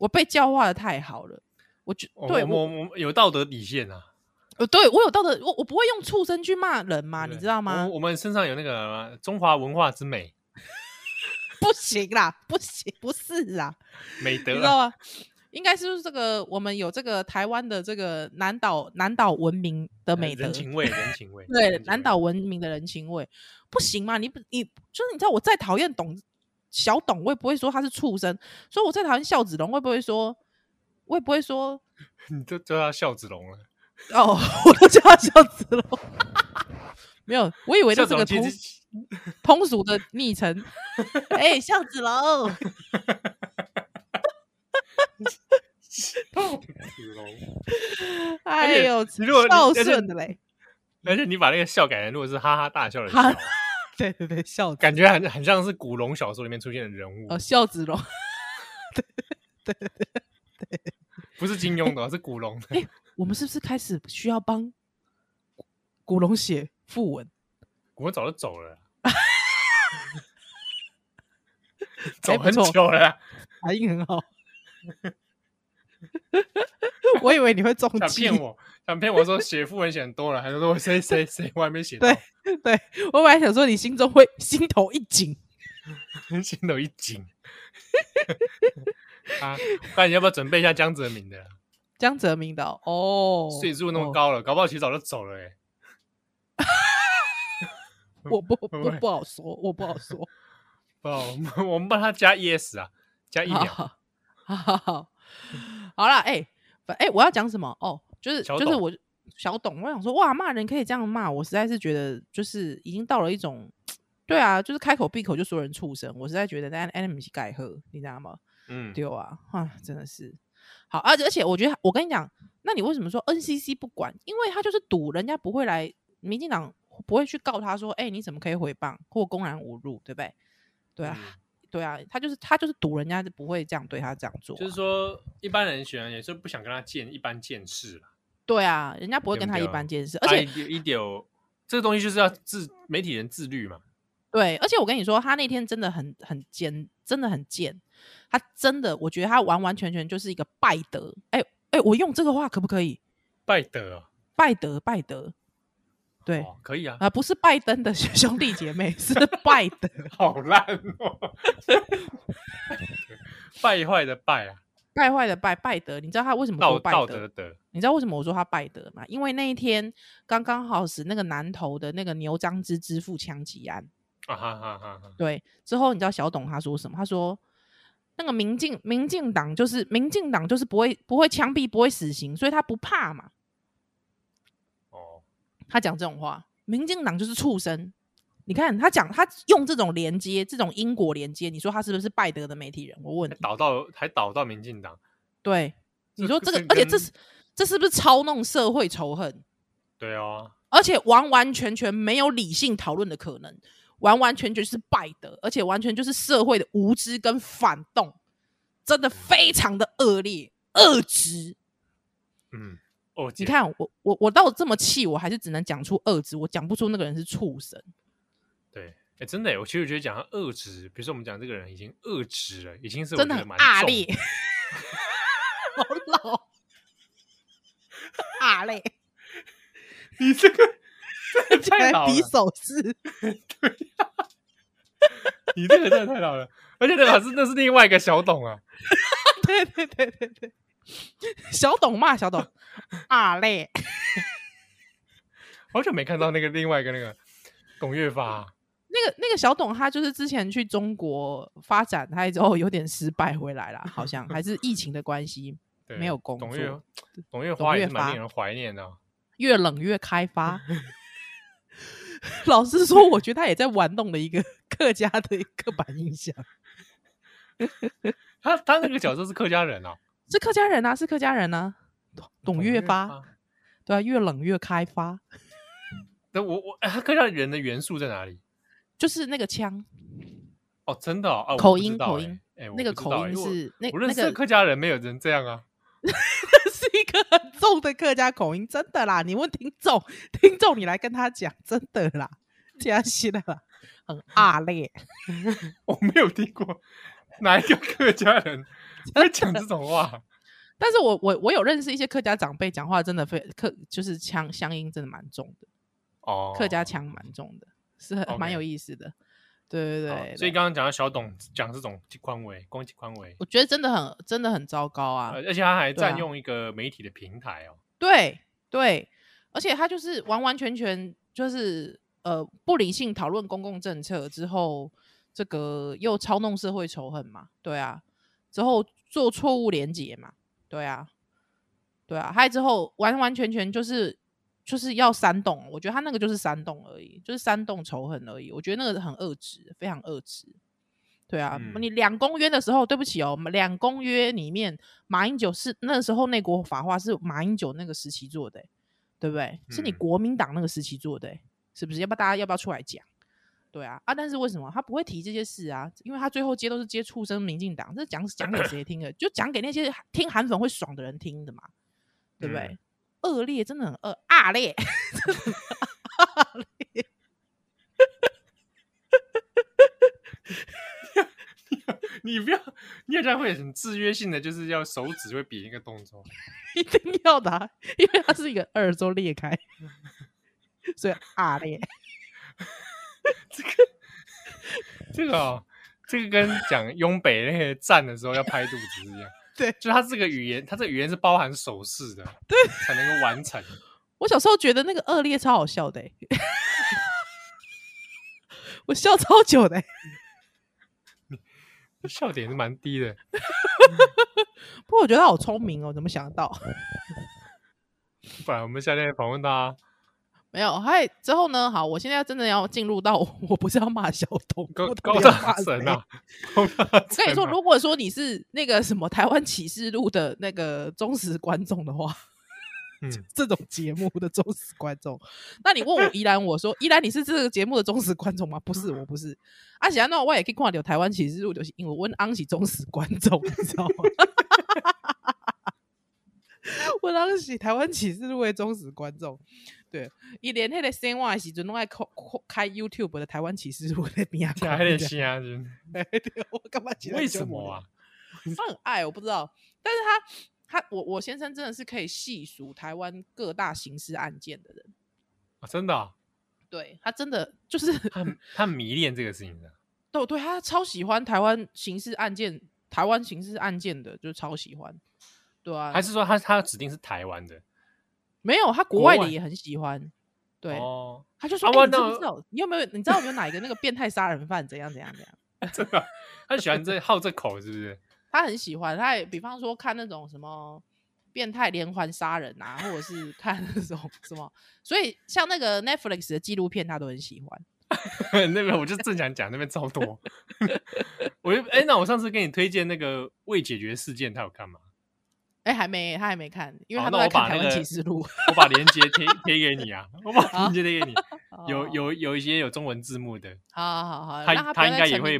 Speaker 3: 我被教化的太好了，我觉
Speaker 2: 我
Speaker 3: 对
Speaker 2: 我我我们有道德底线啊，
Speaker 3: 呃对我有道德，我我不会用畜生去骂人嘛，
Speaker 2: 对不
Speaker 3: 啊你
Speaker 2: 对哦
Speaker 3: 知道吗
Speaker 2: 我？我们身上有那个呃中华文化之美
Speaker 3: 不行啦，不行，不是啦，
Speaker 2: 美
Speaker 3: 你
Speaker 2: 德、
Speaker 3: 知
Speaker 2: 啊，
Speaker 3: 道吗？应该是不是这个我们有这个台湾的这个南岛南岛文明的
Speaker 2: 呃
Speaker 3: 美德，
Speaker 2: 人情味，人情味，
Speaker 3: 对
Speaker 2: 人情
Speaker 3: 南
Speaker 2: 味
Speaker 3: 岛文明的人情味，不行嘛？你不你就是你知道我再讨厌董小董，我也不会说他是畜生；所以我再讨厌孝子龙，我也不会说，我也不会说
Speaker 2: 你都都要孝子龙了。
Speaker 3: 哦， 我都叫他孝子龙。 没有，我以为
Speaker 2: 孝
Speaker 3: 这
Speaker 2: 子
Speaker 3: 是
Speaker 2: 龙
Speaker 3: 个
Speaker 2: 其
Speaker 3: 通
Speaker 2: 实
Speaker 3: 通俗的昵称。 哎、孝 子龙，
Speaker 2: 孝子龙，
Speaker 3: 哎哎呦，
Speaker 2: 你如果
Speaker 3: 孝
Speaker 2: 而且
Speaker 3: 顺的 嘞，
Speaker 2: 而且你把那个笑改成如果是哈哈大笑的
Speaker 3: 哈
Speaker 2: 笑，
Speaker 3: 对对对，孝子
Speaker 2: 感觉很很像是古龙小说里面出现的人物
Speaker 3: 哦，，孝子龙，
Speaker 2: 不是金庸的哦，是古龙的。
Speaker 3: 我们是不是开始需要帮古古龙写副文？
Speaker 2: 古龙早就走 了，啊
Speaker 3: 还
Speaker 2: 走
Speaker 3: 哎不
Speaker 2: 很
Speaker 3: 错
Speaker 2: 久了，啊
Speaker 3: 反应很好。我以为你会中
Speaker 2: 想
Speaker 3: 计，
Speaker 2: 骗我，想骗我说写副文写很多了，还是说谁谁谁我还没写到，
Speaker 3: 对我本来想说你心中会心头一紧，
Speaker 2: 心头一紧。啊，那你要不要准备一下江泽民的？
Speaker 3: 江泽民的哦，
Speaker 2: 岁数那么
Speaker 3: 哦，
Speaker 2: 高了，搞不好其实早就走了哎。
Speaker 3: 我不不
Speaker 2: 不会
Speaker 3: 不好说，我不好说。
Speaker 2: 哦，我们我们帮他加 ES 啊，加一
Speaker 3: 好
Speaker 2: 秒。
Speaker 3: 好好好，好啦，哎、反哎、我要讲什么？哦，就是
Speaker 2: 小
Speaker 3: 就是
Speaker 2: 董
Speaker 3: 我小董，我想说，哇，骂人可以这样骂，我实在是觉得就是已经到了一种，对啊，就是开口闭口就说人畜生，我实在觉得那 anime 是盖喝，你知道吗？
Speaker 2: 嗯，
Speaker 3: 丢啊，啊，真的是好，而、且而且我觉得，我跟你讲，那你为什么说 NCC 不管？因为他就是赌人家不会来，民进党不会去告他说，哎、你怎么可以诽谤或公然侮辱，对不对？对啊，
Speaker 2: 嗯
Speaker 3: 对啊，他就是他就是赌人家不会这样对他这样做啊、
Speaker 2: 嗯就是说一般人选也是不想跟他见一般见识啦。
Speaker 3: 对啊，人家不会
Speaker 2: 对
Speaker 3: 跟
Speaker 2: 不
Speaker 3: 他一
Speaker 2: 对啊
Speaker 3: 般见识，而且
Speaker 2: 啊一一点有这个东西就是要自媒体人自律嘛。
Speaker 3: 对，而且我跟你说，他那天真的很很贱，真的很贱，他真的，我觉得他完完全全就是一个败德。哎、哎、我用这个话可不可以？
Speaker 2: 拜德啊
Speaker 3: 败德，败德，对。
Speaker 2: 哦，可以啊
Speaker 3: 啊、，不是拜登的兄弟姐妹，是拜德。
Speaker 2: 好烂 哦， 败坏的败啊，
Speaker 3: 败坏的拜拜德，你知道他为什么
Speaker 2: 道
Speaker 3: 说拜
Speaker 2: 道德
Speaker 3: 德
Speaker 2: 的？德，
Speaker 3: 你知道为什么我说他拜德吗？因为那一天刚刚好使那个南投的那个牛樟芝之父枪击案，
Speaker 2: 啊哈哈哈哈，
Speaker 3: 对，之后你知道小董他说什么？他说那个民进民进党就是民进党就是不会不会枪毙不会死刑，所以他不怕嘛。
Speaker 2: 哦，
Speaker 3: 他讲这种话，民进党就是畜生。你看他讲他用这种连接，这种因果连接，你说他是不是拜德的媒体人？我问
Speaker 2: 还
Speaker 3: 你，
Speaker 2: 倒到还倒到民进党，
Speaker 3: 对，你
Speaker 2: 这
Speaker 3: 说
Speaker 2: 个
Speaker 3: 这个
Speaker 2: 是，
Speaker 3: 而且这
Speaker 2: 跟
Speaker 3: 是这是不是操弄社会仇恨？
Speaker 2: 对哦，
Speaker 3: 而且完完全全没有理性讨论的可能，完完全全就是败德，而且完全就是社会的无知跟反动，真的非常的恶劣恶质。
Speaker 2: 嗯，哦，
Speaker 3: 你
Speaker 2: 姐
Speaker 3: 看我我我到这么气，我还是只能讲出恶质，我讲不出那个人是畜生。
Speaker 2: 对。哎，真的耶，我其实觉得讲他恶质，比如说我们讲这个人已经恶质了，已经是我
Speaker 3: 真
Speaker 2: 觉得
Speaker 3: 的很
Speaker 2: 蛮
Speaker 3: 恶
Speaker 2: 重
Speaker 3: 劣， 好老， 很恶劣，
Speaker 2: 你这个真的 太 老了
Speaker 3: 比，手势。
Speaker 2: 你这个真的太老了，而且那个是那是另外一个小董啊，
Speaker 3: 对对对对对，小董骂小董啊嘞，
Speaker 2: 好久没看到那个另外一个那个董月发啊、
Speaker 3: 那个那个小董他就是之前去中国发展，他之后有点失败回来啦，好像还是疫情的关系，
Speaker 2: 对，
Speaker 3: 没有工
Speaker 2: 董
Speaker 3: 作
Speaker 2: 月董月
Speaker 3: 董
Speaker 2: 花
Speaker 3: 月
Speaker 2: 也是蛮
Speaker 3: 发
Speaker 2: 令人怀念的啊、
Speaker 3: 越冷越开发。 老实说，我觉得他也在玩弄了一个客家的一个刻板印象，
Speaker 2: 他他那个角色是客家人啊，
Speaker 3: 是客家人啊，是客家人啊，董董月发，
Speaker 2: 发。
Speaker 3: 对啊，越冷越开发，
Speaker 2: 那我我哎他客家人的元素在哪里？
Speaker 3: 就是那个腔，
Speaker 2: 哦，真的哦，啊、我
Speaker 3: 口
Speaker 2: 不知
Speaker 3: 音
Speaker 2: 道
Speaker 3: 口
Speaker 2: 欸
Speaker 3: 音，
Speaker 2: 哎、我
Speaker 3: 那个
Speaker 2: 不知道
Speaker 3: 口
Speaker 2: 欸
Speaker 3: 音
Speaker 2: 因为我
Speaker 3: 是那
Speaker 2: 我
Speaker 3: 哎那
Speaker 2: 认识
Speaker 3: 个
Speaker 2: 的客家人没有人这样啊，
Speaker 3: 是一个很重的客家口音，真的啦！你问听众，听众你来跟他讲，真的啦，这样写的啦，很
Speaker 2: 嗯
Speaker 3: 阿烈，
Speaker 2: 我没有听过哪一个客家 人会讲这种话。
Speaker 3: 但是我我我有认识一些客家长辈，讲话真的非客就是腔乡音真的蛮重的，
Speaker 2: 哦，
Speaker 3: 客家腔蛮重的，是很
Speaker 2: OK
Speaker 3: 蛮有意思的。对对
Speaker 2: 好。
Speaker 3: 对，
Speaker 2: 所以
Speaker 3: 对
Speaker 2: 刚刚讲到小董讲这种宽围攻击宽围，
Speaker 3: 我觉得真的很真的很糟糕啊！
Speaker 2: 呃而且他还
Speaker 3: 对啊
Speaker 2: 占用一个媒体的平台哦。
Speaker 3: 对对，而且他就是完完全全就是呃不理性讨论公共政策之后，这个又操弄社会仇恨嘛，对啊，之后做错误连结嘛，对啊，对啊，还有之后完完全全就是就是要煽动，我觉得他那个就是煽动而已，就是煽动仇恨而已，我觉得那个很恶质，非常恶质，对啊，
Speaker 2: 嗯
Speaker 3: 你两公约的时候，对不起哦，两公约里面马英九是那时候内国法化是马英九那个时期做的欸、对不对？是你
Speaker 2: 嗯
Speaker 3: 国民党那个时期做的欸、是不是？要不要大家要不要出来讲？对啊，啊，但是为什么他不会提这些事啊？因为他最后接都是接畜生民进党，这讲讲给谁听的？就讲给那些听韩粉会爽的人听的嘛，对不对？
Speaker 2: 嗯
Speaker 3: 恶劣真的很恶，恶劣，
Speaker 2: 你不要，你好像会很制约性的，就是要手指会比一个动 作。
Speaker 3: 一定要的啊、因为它是一个二周裂 开，所以啊裂。
Speaker 2: 这个哦，这个跟讲雍北那个站的时候要拍肚子一样。
Speaker 3: 对
Speaker 2: 就它这个语言，它这个语言是包含手势的，对，才能够完成。
Speaker 3: 我小时候觉得那个恶劣超好笑的欸、 我笑超久的欸、
Speaker 2: 笑点是蛮低的，
Speaker 3: 不过我觉得他好聪明哦，怎么想得到？
Speaker 2: 不然我们下天访问啊他，
Speaker 3: 没有，嗨，之后呢？好，我现在真的要进入到我我不是要骂小董，
Speaker 2: 高
Speaker 3: 我到
Speaker 2: 高
Speaker 3: 底要
Speaker 2: 大
Speaker 3: 骂
Speaker 2: 神
Speaker 3: 谁
Speaker 2: 啊！
Speaker 3: 哎
Speaker 2: 高大
Speaker 3: 我跟你
Speaker 2: 神
Speaker 3: 说，
Speaker 2: 啊
Speaker 3: 如果说你是那个什么台湾启示录的那个忠实观众的话，
Speaker 2: 嗯
Speaker 3: 这种节目的忠实观众，那你问我依兰，我说依兰你是这个节目的忠实观众吗？不是，我不是。啊，喜欢那我也可以看到台湾启示录，就是因为我问安喜忠实观众，你知道吗？ 我当时台湾启示录的忠实观众，对，伊连迄个生活的时阵，拢爱开开 YouTube 的台湾启示录那边啊，
Speaker 2: 加一点心啊，就是
Speaker 3: 对，我干嘛？
Speaker 2: 为什么啊？？
Speaker 3: 他很爱，我不知道，但是他他我我先生真的是可以细数台湾各大刑事案件的人，
Speaker 2: 啊真的啊，
Speaker 3: 对他真的 就是
Speaker 2: 他很他很迷恋这个事情的，
Speaker 3: 对对他超喜欢台湾刑事案件，台湾刑事案件的就超喜欢，对啊，
Speaker 2: 还是说他他指定是台湾的？
Speaker 3: 没有他国
Speaker 2: 国
Speaker 3: 外
Speaker 2: 外
Speaker 3: 的也很喜欢，对，
Speaker 2: 哦，
Speaker 3: 他就说、
Speaker 2: 啊
Speaker 3: 哎
Speaker 2: 我
Speaker 3: 你知不
Speaker 2: 那
Speaker 3: 知道你有没有你知道有没有哪一个那个变态杀人犯怎样怎样怎样？
Speaker 2: 真的啊，他喜欢这好这口是不是？
Speaker 3: 他很喜欢，他也比方说看那种什么变态连环杀人啊，或者是看那种什么，所以像那个 Netflix 的纪录片，他都很喜欢。
Speaker 2: 那边我就正想讲，那边超多。 我就哎、那我上次给你推荐那个未解决事件，他有看吗？
Speaker 3: 哎、还没，他还没看，因为
Speaker 2: 好
Speaker 3: 他都
Speaker 2: 哦那
Speaker 3: 在
Speaker 2: 我把
Speaker 3: 看《台
Speaker 2: 那
Speaker 3: 湾
Speaker 2: 个
Speaker 3: 启示录》
Speaker 2: 我把链接 贴贴给你啊，我把链接贴给你。有
Speaker 3: 哦，
Speaker 2: 有有一些有中文字幕的，
Speaker 3: 好哦好好，让
Speaker 2: 他
Speaker 3: 不要
Speaker 2: 应
Speaker 3: 再
Speaker 2: 该也
Speaker 3: 沉迷
Speaker 2: 会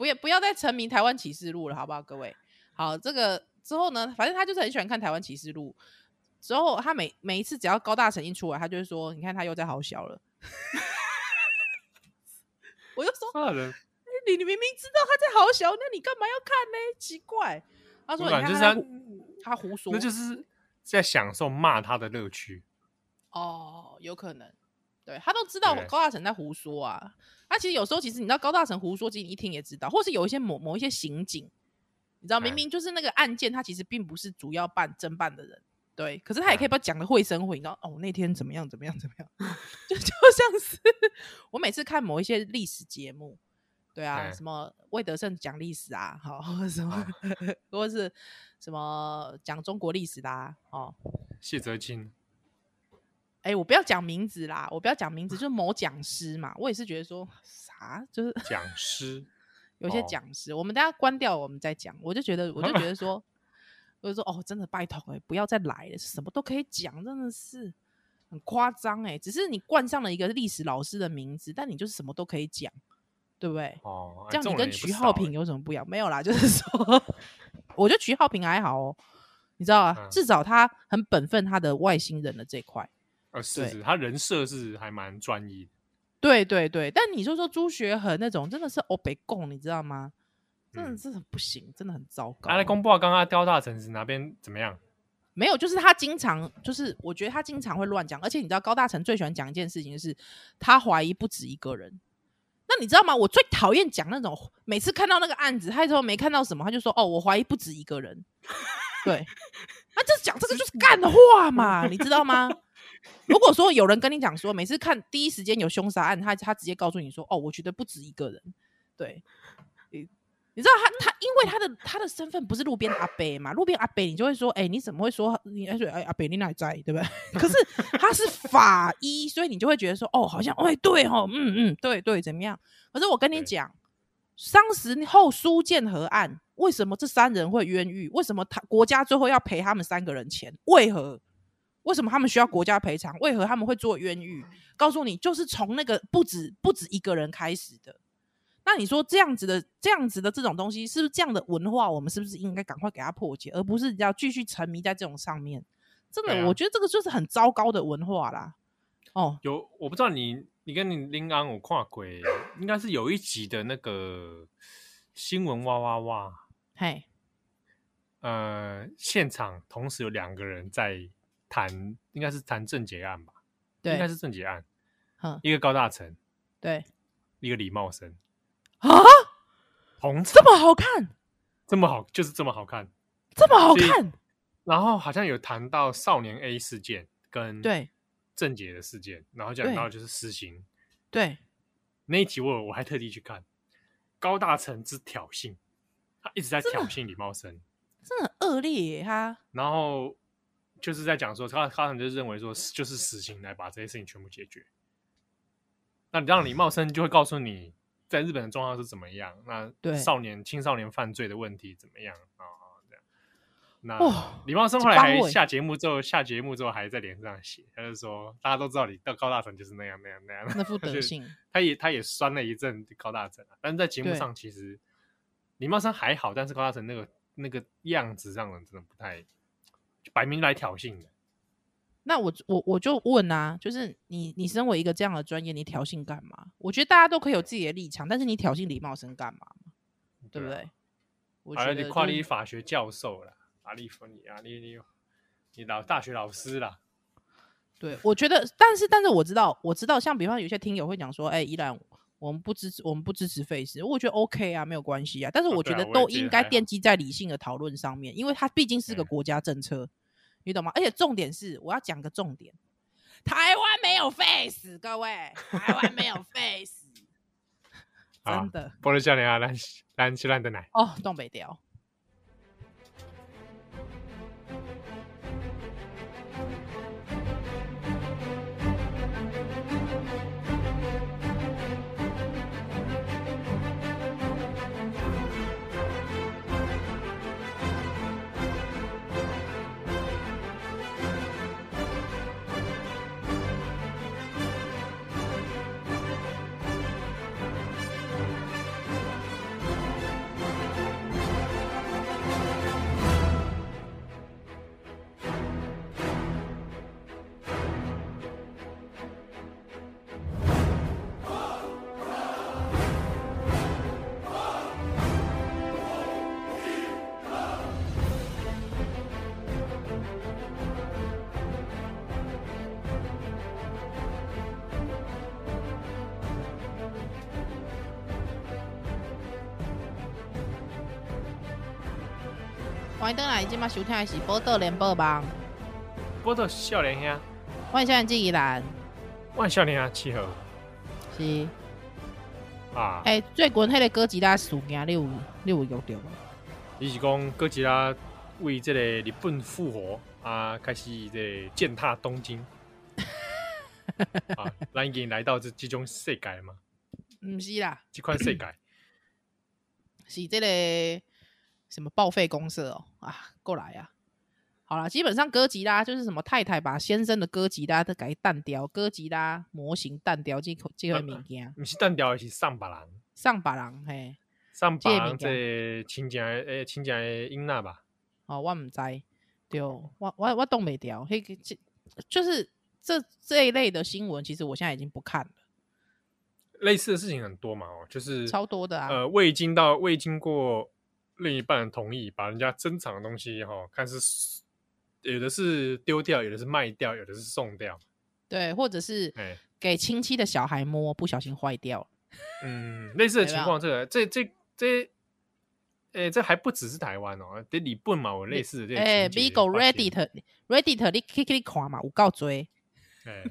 Speaker 3: 不要不要再沉迷《台湾启示录》了，好不好，各位？好，这个之后呢，反正他就是很喜欢看《台湾启示录》。之后他每每一次只要高大成一出来，他就会说：“你看他又在好小了。” 我就说：“
Speaker 2: 杀人，
Speaker 3: 你你明明知道他在好小，那你干嘛要看呢？奇怪。他说：“
Speaker 2: 不
Speaker 3: 你
Speaker 2: 然
Speaker 3: 看
Speaker 2: 就是
Speaker 3: 他
Speaker 2: 他
Speaker 3: 在胡他胡说，
Speaker 2: 那就是在享受骂他的乐趣。
Speaker 3: 哦，有可能，对他都知道
Speaker 2: 对
Speaker 3: 高大成在胡说啊。他其实有时候，其实你知道高大成胡说，其实你一听也知道，或是有一些某某一些刑警，你知道明
Speaker 2: 哎
Speaker 3: 明就是那个案件，他其实并不是主要办侦办的人，对，可是他也
Speaker 2: 哎
Speaker 3: 可以把它讲的绘声绘影，然后哦那天怎么样怎么样怎么样， 就就像是我每次看某一些历史节目，对啊，
Speaker 2: 哎
Speaker 3: 什么魏德胜讲历史啊，好，或者什么，
Speaker 2: 啊
Speaker 3: 或者是什么讲中国历史的啊，哦，
Speaker 2: 谢哲青，
Speaker 3: 哎、我不要讲名字啦，我不要 讲名字，就是某讲师嘛。我也是觉得说啥，就是
Speaker 2: 讲师，
Speaker 3: 有些
Speaker 2: 哦
Speaker 3: 讲师，我们等一下关掉我们再讲。我就觉得，我就 觉得说，我就说哦，真的拜托哎、不要再来了，什么都可以讲，真的是很夸张哎。只是你冠上了一个历史老师的名字，但你就是什么都可以讲，对不对？
Speaker 2: 哦，哎
Speaker 3: 这样
Speaker 2: 种人
Speaker 3: 你跟
Speaker 2: 也不
Speaker 3: 徐
Speaker 2: 少
Speaker 3: 浩
Speaker 2: 哎
Speaker 3: 平有什么不一样？没有啦，就是说， 我觉得徐浩平还好哦，你知道啊，
Speaker 2: 嗯
Speaker 3: 至少他很本分他的外星人的这块。
Speaker 2: 呃，是
Speaker 3: 对
Speaker 2: 是，他人设是还蛮专一的。
Speaker 3: 对对对，但你就说朱学恒那种真的是欧北共，你知道吗？真的
Speaker 2: 嗯
Speaker 3: 真的不行，真的很糟糕。
Speaker 2: 他来公布啊，刚刚雕大城市哪边怎么样？
Speaker 3: 没有，就是他经常就是，我觉得他经常会乱讲，而且你知道高大成最喜欢讲一件事情，就是他怀疑不止一个人。那你知道吗？我最讨厌讲那种每次看到那个案子，他说没看到什么，他就说哦，我怀疑不止一个人。对，那这讲这个就是干话嘛，你知道吗？如果说有人跟你讲说，每次看第一时间有凶杀案，他他直接告诉你说哦，我觉得不止一个人。对，你你知道他他因为他的他的身份不是路边阿伯嘛，路边阿伯你就会说，哎、你怎么会说你？哎、哎阿伯你哪里在？对不对？ 可是他是法医，哦所以你就会觉得说，哦，好像哎对哦，嗯嗯对对，怎么样？可是我跟你
Speaker 2: 对
Speaker 3: 讲，当时后苏建河案，为什么这三人会冤狱？为什么他国家最后要赔他们三个人钱？为何？为什么他们需要国家赔偿？为何他们会做冤狱？告诉你，就是从那个不止不止一个人开始的。那你说这样子的、这样子的这种东西，是不是这样的文化？我们是不是应该赶快给它破解，而不是要继续沉迷在这种上面？真的，
Speaker 2: 对啊
Speaker 3: 我觉得这个就是很糟糕的文化啦。哦，
Speaker 2: 有我不知道你你跟你林安我跨鬼，应该是有一集的那个新闻哇哇哇，
Speaker 3: 嘿，
Speaker 2: 呃，现场同时有两个人在谈，应该是谈郑捷案吧，应该
Speaker 3: 对，
Speaker 2: 是郑捷案，
Speaker 3: 嗯，
Speaker 2: 一个高大成，
Speaker 3: 对
Speaker 2: 一个李茂生，
Speaker 3: 啊，
Speaker 2: 红
Speaker 3: 这么好看，
Speaker 2: 这么好，就是这么好看。
Speaker 3: 这么好
Speaker 2: 所以
Speaker 3: 看，
Speaker 2: 然后好像有谈到少年 A 事件跟
Speaker 3: 对
Speaker 2: 郑捷的事件，然后讲
Speaker 3: 对
Speaker 2: 到就是私刑
Speaker 3: 对，
Speaker 2: 那一集我有，我还特地去看高大成之挑衅，他一直在
Speaker 3: 真的啊
Speaker 2: 挑衅李茂生，
Speaker 3: 真的很恶劣耶， 他
Speaker 2: 然后就是在讲说他他们就认为说就是死刑来把这些事情全部解决。那你让李茂生就会告诉你在日本的状况是怎么样，那
Speaker 3: 对
Speaker 2: 少年青少年犯罪的问题怎么样啊、这样。那、
Speaker 3: 哇
Speaker 2: 李茂生
Speaker 3: 这
Speaker 2: 后来
Speaker 3: 帮
Speaker 2: 还
Speaker 3: 委
Speaker 2: 下节目之后，下节目之后还在脸上写，他就说大家都知道你到高大成就是那样那样那样，
Speaker 3: 那副
Speaker 2: 他
Speaker 3: 德
Speaker 2: 就
Speaker 3: 性，
Speaker 2: 他也他也酸了一阵高大成啊，但是在节目
Speaker 3: 对
Speaker 2: 上其实李茂生还好，但是高大成那个那个样子让人真的不太，就摆明来挑衅的。
Speaker 3: 那我我我就问啊，就是你你身为一个这样的专业，你挑衅干嘛？我觉得大家都可以有自己的立场，但是你挑衅李茂生干嘛？对不
Speaker 2: 对啊
Speaker 3: 对？我
Speaker 2: 好
Speaker 3: 觉
Speaker 2: 了，
Speaker 3: 得
Speaker 2: 你
Speaker 3: 就
Speaker 2: 跨
Speaker 3: 是
Speaker 2: 立法学教授啦，阿利弗你啊，你你你老大学老师啦，
Speaker 3: 对，我觉得，但是但是我知道，我知道，像比方有些听友会讲说，哎，依然我们不支持，我们不支持费时，我觉得 OK 啊，没有关系啊。但是
Speaker 2: 啊
Speaker 3: 我
Speaker 2: 对
Speaker 3: 觉
Speaker 2: 啊我
Speaker 3: 得
Speaker 2: 也
Speaker 3: 都
Speaker 2: 觉得
Speaker 3: 应该
Speaker 2: 还好嗯
Speaker 3: 奠基在理性的讨论上面，因为它毕竟是个
Speaker 2: 对
Speaker 3: 国家政策，你懂吗？而且重点是，我要讲个重点，台湾没有费时，各位，台湾没有 费时，
Speaker 2: 啊
Speaker 3: 真，的
Speaker 2: 波多少年啊，咱咱去咱的奶。
Speaker 3: 哦，东北调。欢迎登来，今麦收听的是《报道联播网》，
Speaker 2: 波多少年呀，
Speaker 3: 欢迎收看季怡兰，
Speaker 2: 万少年啊，契合
Speaker 3: 是。
Speaker 2: 啊，
Speaker 3: 哎、最近迄个哥吉拉事件，啊你有你有用到吗？
Speaker 2: 伊是讲哥吉拉为这个日本复活啊，开始这个践踏东京。啊，咱已经来到这这种世界 嘛，
Speaker 3: 毋是啦，
Speaker 2: 这款世界
Speaker 3: 是这个什么报废公社哦啊，过来啊！好啦，基本上哥吉拉就是什么太太把先生的哥吉拉都改淡掉，哥吉拉模型淡掉这口 这个物件，
Speaker 2: 毋是单调的是上别人，
Speaker 3: 上百人嘿，
Speaker 2: 上别
Speaker 3: 这个
Speaker 2: 人
Speaker 3: 物件
Speaker 2: 这个亲情的诶亲情的囡仔吧，
Speaker 3: 哦，我毋知，对，我我我冻袂掉，迄个这就是这这一类的新闻，其实我现在已经不看了，
Speaker 2: 类似的事情很多嘛哦，就是
Speaker 3: 超多的啊，
Speaker 2: 呃未经到未经过另一半的同意，把人家珍藏的东西哈、哦，看是有的是丢掉，有的是卖掉，有的是送掉，
Speaker 3: 对，或者是
Speaker 2: 哎，
Speaker 3: 给亲戚的小孩摸，不小心坏掉了。
Speaker 2: 嗯，类似的
Speaker 3: 对
Speaker 2: 情
Speaker 3: 吧
Speaker 2: 况，这个这这这，诶、这还不只是台湾哦，得日本嘛，有类似的这个
Speaker 3: 哎
Speaker 2: 情节
Speaker 3: ，Vigo
Speaker 2: 发现
Speaker 3: Reddit Reddit 你去去你看嘛，有够多。
Speaker 2: 哎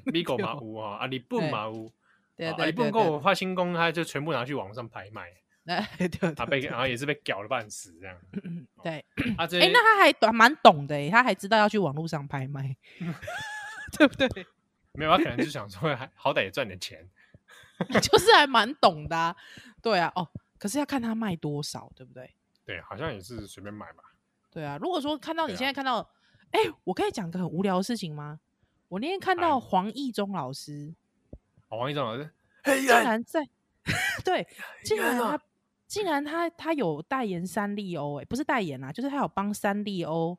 Speaker 2: ，Vigo 嘛有啊， 啊，日本嘛有，
Speaker 3: 对
Speaker 2: 啊啊
Speaker 3: 对
Speaker 2: 日本
Speaker 3: 对
Speaker 2: 跟我
Speaker 3: 对，
Speaker 2: 发新工，他就全部拿去网上拍 卖，
Speaker 3: 哎对对
Speaker 2: 啊，
Speaker 3: 对嗯
Speaker 2: 被然后也是被屌了半死 这样，
Speaker 3: 对。
Speaker 2: 啊，这
Speaker 3: 哎，那他还懂蛮懂的哎，他还知道要去网络上拍卖， 对不对？
Speaker 2: 没有，他可能就想说，还好歹也赚点钱，
Speaker 3: 就是还蛮懂的啊。对啊，哦，可是要看他卖多少，对不对？
Speaker 2: 对，好像也是随便买吧。
Speaker 3: 对啊，如果说看到你
Speaker 2: 对啊
Speaker 3: 现在看到，哎、我可以讲个很无聊的事情吗？我那天看
Speaker 2: 哎
Speaker 3: 到黄义中老师
Speaker 2: 哦王一中老师，嘿，哎
Speaker 3: 竟
Speaker 2: 人
Speaker 3: 然在， 对，竟
Speaker 2: 原
Speaker 3: 然
Speaker 2: 来
Speaker 3: 他竟然他他有代言三丽鸥，哎，不是代言啦，就是他有帮三丽鸥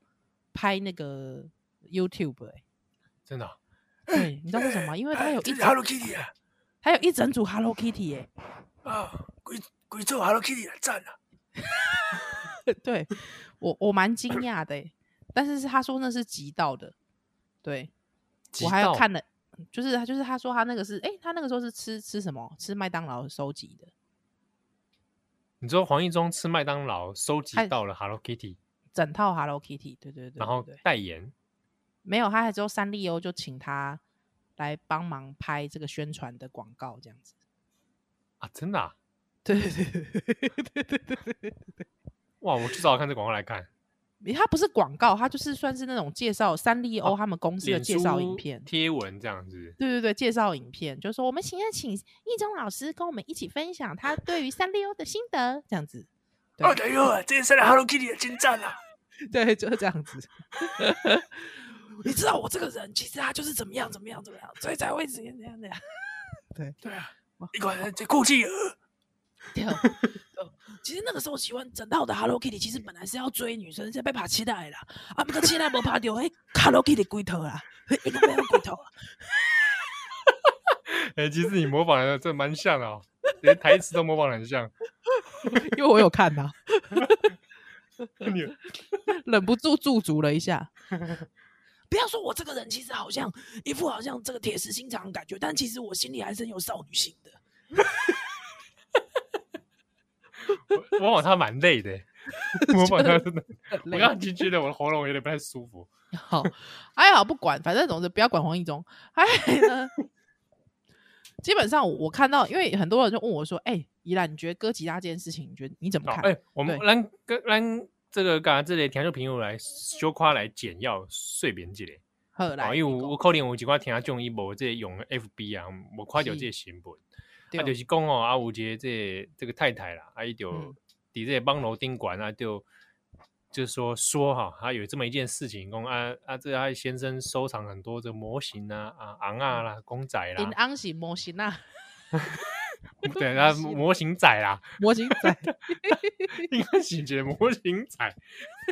Speaker 3: 拍那个 YouTube，哎、
Speaker 2: 真的啊，
Speaker 3: 对，你知道为什么吗？因为他有一
Speaker 2: 哎 这是
Speaker 3: 整
Speaker 2: Hello Kitty 啊，
Speaker 3: 他有一整组 Hello Kitty，哎、
Speaker 2: 啊，鬼鬼咒 Hello Kitty 啊，赞啊！
Speaker 3: 对我我蛮惊讶的、欸，但是是他说那是极道的，对我还有
Speaker 2: 极道
Speaker 3: 看了，就是他就是他说他那个是，哎、他那个时候是吃吃什么？吃麦当劳收集的，
Speaker 2: 你知道黄一中吃麦当劳收集
Speaker 3: 他
Speaker 2: 到了 Hello Kitty，
Speaker 3: 整套 Hello Kitty，对对对
Speaker 2: 然后
Speaker 3: 对对
Speaker 2: 代言，
Speaker 3: 没有，他还之后三丽鸥就请他来帮忙拍这个宣传的广告，这样子。
Speaker 2: 啊，真的啊，
Speaker 3: 对对对对对对对
Speaker 2: 哇，我去找看这广告来 看。
Speaker 3: 对， 他不是广告，他就是算是那种介绍三丽
Speaker 2: 哦
Speaker 3: 鸥他们公司的
Speaker 2: 脸
Speaker 3: 介绍影
Speaker 2: 书
Speaker 3: 片。
Speaker 2: 贴文这样子，
Speaker 3: 对对对，介绍影片，就是说我们现在请易中老师跟我们一起分享他对于三丽鸥的心得，这样子。对
Speaker 2: 哎呦啊，这是 Hello Kitty 的真赞 啊！
Speaker 3: 对，就是这 样子。你知道我这个人，其实他就是怎么样怎么样怎么样，所以才会怎样怎样 怎样。
Speaker 2: 对啊
Speaker 3: 哇，
Speaker 2: 你管这酷气鹅，
Speaker 4: 对哦，对哦其实那个时候喜欢整套的 Hello Kitty，其实本来是要追女生，是被爬期待啦，啊，不过期待没 爬到，嘿，Hello Kitty 龟头啦，一个没有龟头啊，
Speaker 2: 哎，其实你模仿的这蛮像的哦，连台词都模仿的很 像。
Speaker 3: 因为我有看呐、
Speaker 2: 你
Speaker 3: 忍不住驻足了一下。
Speaker 4: 不要说我这个人其实好像一副好像这个铁石心肠的感觉，但其实我心里还是很有少女心的。
Speaker 2: 我模仿他蛮累的，模仿他 真的，我
Speaker 3: 累
Speaker 2: 刚刚觉得我的喉咙有点不太舒服。
Speaker 3: 好，还好不管，反正总之不要管黄义中。 还呢，基本上我我看到，因为很多人就问我说：“哎、宜兰，你觉得哥吉拉这件事情，你觉得你怎么
Speaker 2: 好，
Speaker 3: 看？”
Speaker 2: 哎，我们
Speaker 3: 对
Speaker 2: 咱跟咱这个刚这里听众朋友来小夸来简要碎编一下。
Speaker 3: 好来，
Speaker 2: 啊，
Speaker 3: 你
Speaker 2: 因为有
Speaker 3: 讲
Speaker 2: 有可能有一寡听众伊无即用 FB 啊，无看到
Speaker 3: 是
Speaker 2: 即个新闻，
Speaker 3: 对
Speaker 2: 啊，就是讲哦，啊，有一个即这个太太啦，啊，伊就伫
Speaker 3: 嗯
Speaker 2: 即个网络顶管啊，就就是说说哈，啊，有这么一件事情，讲啊啊，这他先生收藏很多这个模型啊，啊，昂啊啦，公仔
Speaker 3: 林
Speaker 2: 啦，
Speaker 3: 安是模型啊，
Speaker 2: 对，啊，
Speaker 3: 模型
Speaker 2: 模型仔啦，
Speaker 3: 模型仔
Speaker 2: 应该是一个模型仔，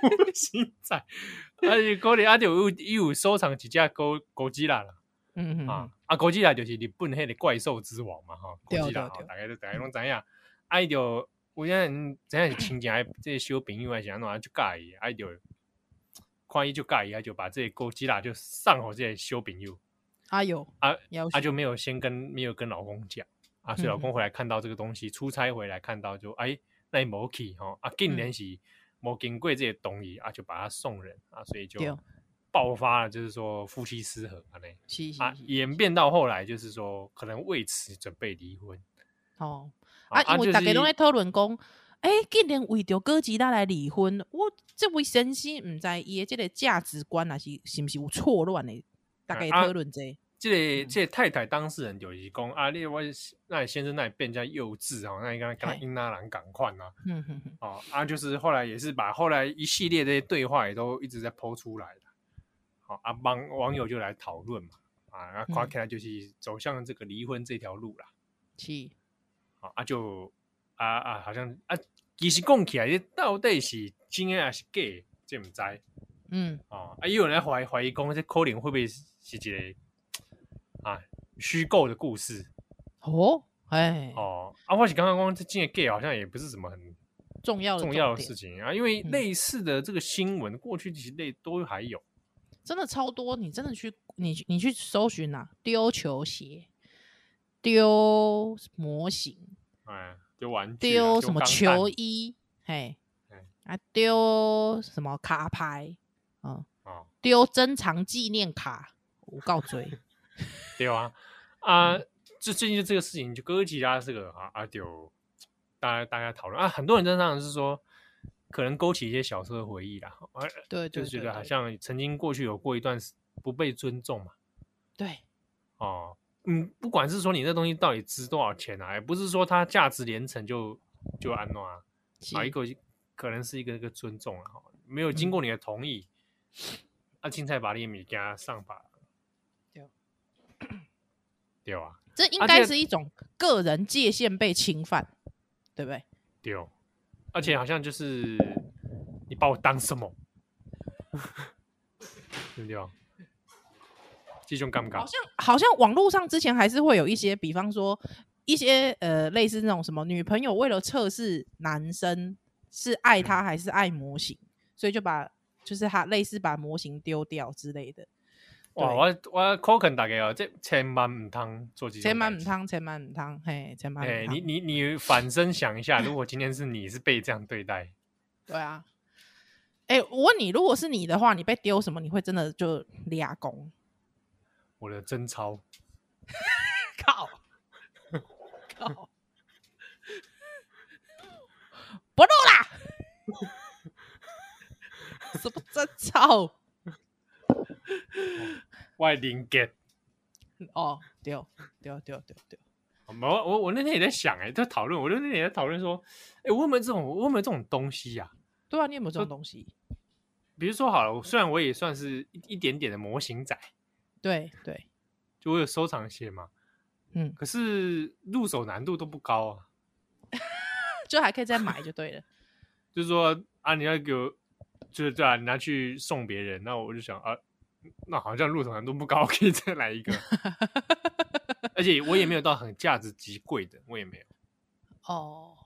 Speaker 2: 模型仔，啊，是可能啊，就有伊有收藏一只狗狗吉拉啦。
Speaker 3: 嗯嗯
Speaker 2: 啊
Speaker 3: 嗯，
Speaker 2: 啊，国际啦就是日本迄个怪兽之王嘛吼，国
Speaker 3: 对
Speaker 2: 际啦
Speaker 3: 对
Speaker 2: 吼，
Speaker 3: 对哦
Speaker 2: 大家都大家拢知影，啊伊就有些人知影是亲情的，这个小朋友还是安怎样就介意，啊伊就看伊就介意，啊就把这个国际啦就送互这个小朋友，
Speaker 3: 阿友
Speaker 2: 啊
Speaker 3: 哎要
Speaker 2: 啊
Speaker 3: 求
Speaker 2: 就没有先跟没有跟老公讲，
Speaker 3: 嗯
Speaker 2: 啊所以老公回来看到这个东西，出差回来看到就哎那无去吼，啊竟然
Speaker 3: 嗯
Speaker 2: 是无经过这个同意，啊就把它送人啊，所以就
Speaker 3: 对哦
Speaker 2: 爆发了，就是说夫妻失和安尼。
Speaker 3: 是是
Speaker 2: 啊，
Speaker 3: 是
Speaker 2: 演变到后来就是说，可能为此准备离婚
Speaker 3: 哦啊，因
Speaker 2: 就
Speaker 3: 为
Speaker 2: 是
Speaker 3: 大家拢在讨论讲，哎，竟然为着哥吉拉来离婚，我这位先生毋知伊的这个价值观啊是是毋是有错乱的，大
Speaker 2: 嗯
Speaker 3: 家会
Speaker 2: 啊
Speaker 3: 讨论这个
Speaker 2: 这个
Speaker 3: 嗯
Speaker 2: 这个太太当事人就是讲啊，另外那你先生那里变人家幼稚哦，那你跟他跟他
Speaker 3: 嘿
Speaker 2: 英拉兰赶快啊，
Speaker 3: 嗯哼哼，
Speaker 2: 哦啊，就是后来也是把后来一系列这些对话也都一直在剖出来的，好、啊，网网友就来讨论嘛，啊，然后看
Speaker 3: 嗯
Speaker 2: 起来就是走向这个离婚这条路啦。
Speaker 3: 是
Speaker 2: 啊啊就啊啊，好像啊，其实讲起来，这到底是真的还是假的，这毋知
Speaker 3: 嗯
Speaker 2: 哦。啊，也有人在怀怀疑讲，这可能会不会是是一个啊虚构的故事
Speaker 3: 哦，哎，
Speaker 2: 哦？啊，或许刚刚讲这真的假的，好像也不是什么很
Speaker 3: 重要的
Speaker 2: 重
Speaker 3: 重
Speaker 2: 要的
Speaker 3: 点
Speaker 2: 事情啊，因为
Speaker 3: 嗯
Speaker 2: 类似的这个新闻，过去其实类都还有。
Speaker 3: 真的超多，你真的去你去你去搜寻啊，丢球鞋，丢模型，
Speaker 2: 哎，丢玩具啊、
Speaker 3: 丢什么
Speaker 2: 钢
Speaker 3: 球
Speaker 2: 弹
Speaker 3: 衣，嘿
Speaker 2: 哎，
Speaker 3: 啊丢什么卡牌，嗯，
Speaker 2: 哦，
Speaker 3: 丢珍藏纪念卡，我 告追，
Speaker 2: 对啊，啊，
Speaker 3: 嗯
Speaker 2: 就最近就这个事情，就哥吉拉这个啊啊，就大家大家讨论啊，很多人真的当然是说，可能勾起一些小时候的回忆啦，啊，
Speaker 3: 对
Speaker 2: 就
Speaker 3: 对
Speaker 2: 是觉
Speaker 3: 对
Speaker 2: 得好
Speaker 3: 对
Speaker 2: 像曾经过去有过一段不被尊重嘛，
Speaker 3: 对，
Speaker 2: 哦，嗯，不管是说你这东西到底值多少钱啊，也不是说它价值连城就就安诺啊，
Speaker 3: 是嗯
Speaker 2: 好一个可能是一个一个尊重啊，没有经过你的同意，啊，青菜把你的米给他上吧，
Speaker 3: 对，哦
Speaker 2: 对啊，
Speaker 3: 这应
Speaker 2: 啊这
Speaker 3: 该
Speaker 2: 个
Speaker 3: 是一种个人界限被侵犯，对不对？
Speaker 2: 对，哦而
Speaker 3: 嗯
Speaker 2: 且好像就是你把我当什么， 对不对？这种尴尬
Speaker 3: 好，像好像网络上之前还是会有一些，比方说一些呃类似那种什么女朋友为了测试男生是
Speaker 2: 嗯
Speaker 3: 爱他还是爱模型，所以就把就是他类似把模型丢掉之类的。
Speaker 2: 哇，我我口肯大概哦，这千万唔通做这种
Speaker 3: 千万啊
Speaker 2: 代
Speaker 3: 唔
Speaker 2: 志
Speaker 3: 汤，千万唔汤，嘿，千万
Speaker 2: 哎、
Speaker 3: 唔汤
Speaker 2: 你。你你反身想一下，如果今天是你是被这样对待，
Speaker 3: 对啊。哎、我问你，如果是你的话，你被丢什么？你会真的就俩工？
Speaker 2: 我的贞操，
Speaker 3: 靠！靠！不录啦！什么真操？
Speaker 2: 外灵感。
Speaker 3: 哦，丢丢丢丢丢！
Speaker 2: 我我我那天也在想、哎，在讨论，我那天也在讨论说，哎、我有没有这种，我有没有这种东西呀、
Speaker 3: 对啊，你有没有这种东西？
Speaker 2: 比如说好了，我虽然我也算是一一点点的模型仔，
Speaker 3: 对对，
Speaker 2: 就我有收藏一些嘛，
Speaker 3: 嗯，
Speaker 2: 可是入手难度都不高啊。
Speaker 3: 就还可以再买就 对了。
Speaker 2: 就是说啊，你要给我，就是对啊，你拿去送别人，那我就想啊，那好像入手难度不高， 可以再来一个。而且我也没有到很价值极贵的，我也没有。
Speaker 3: 哦，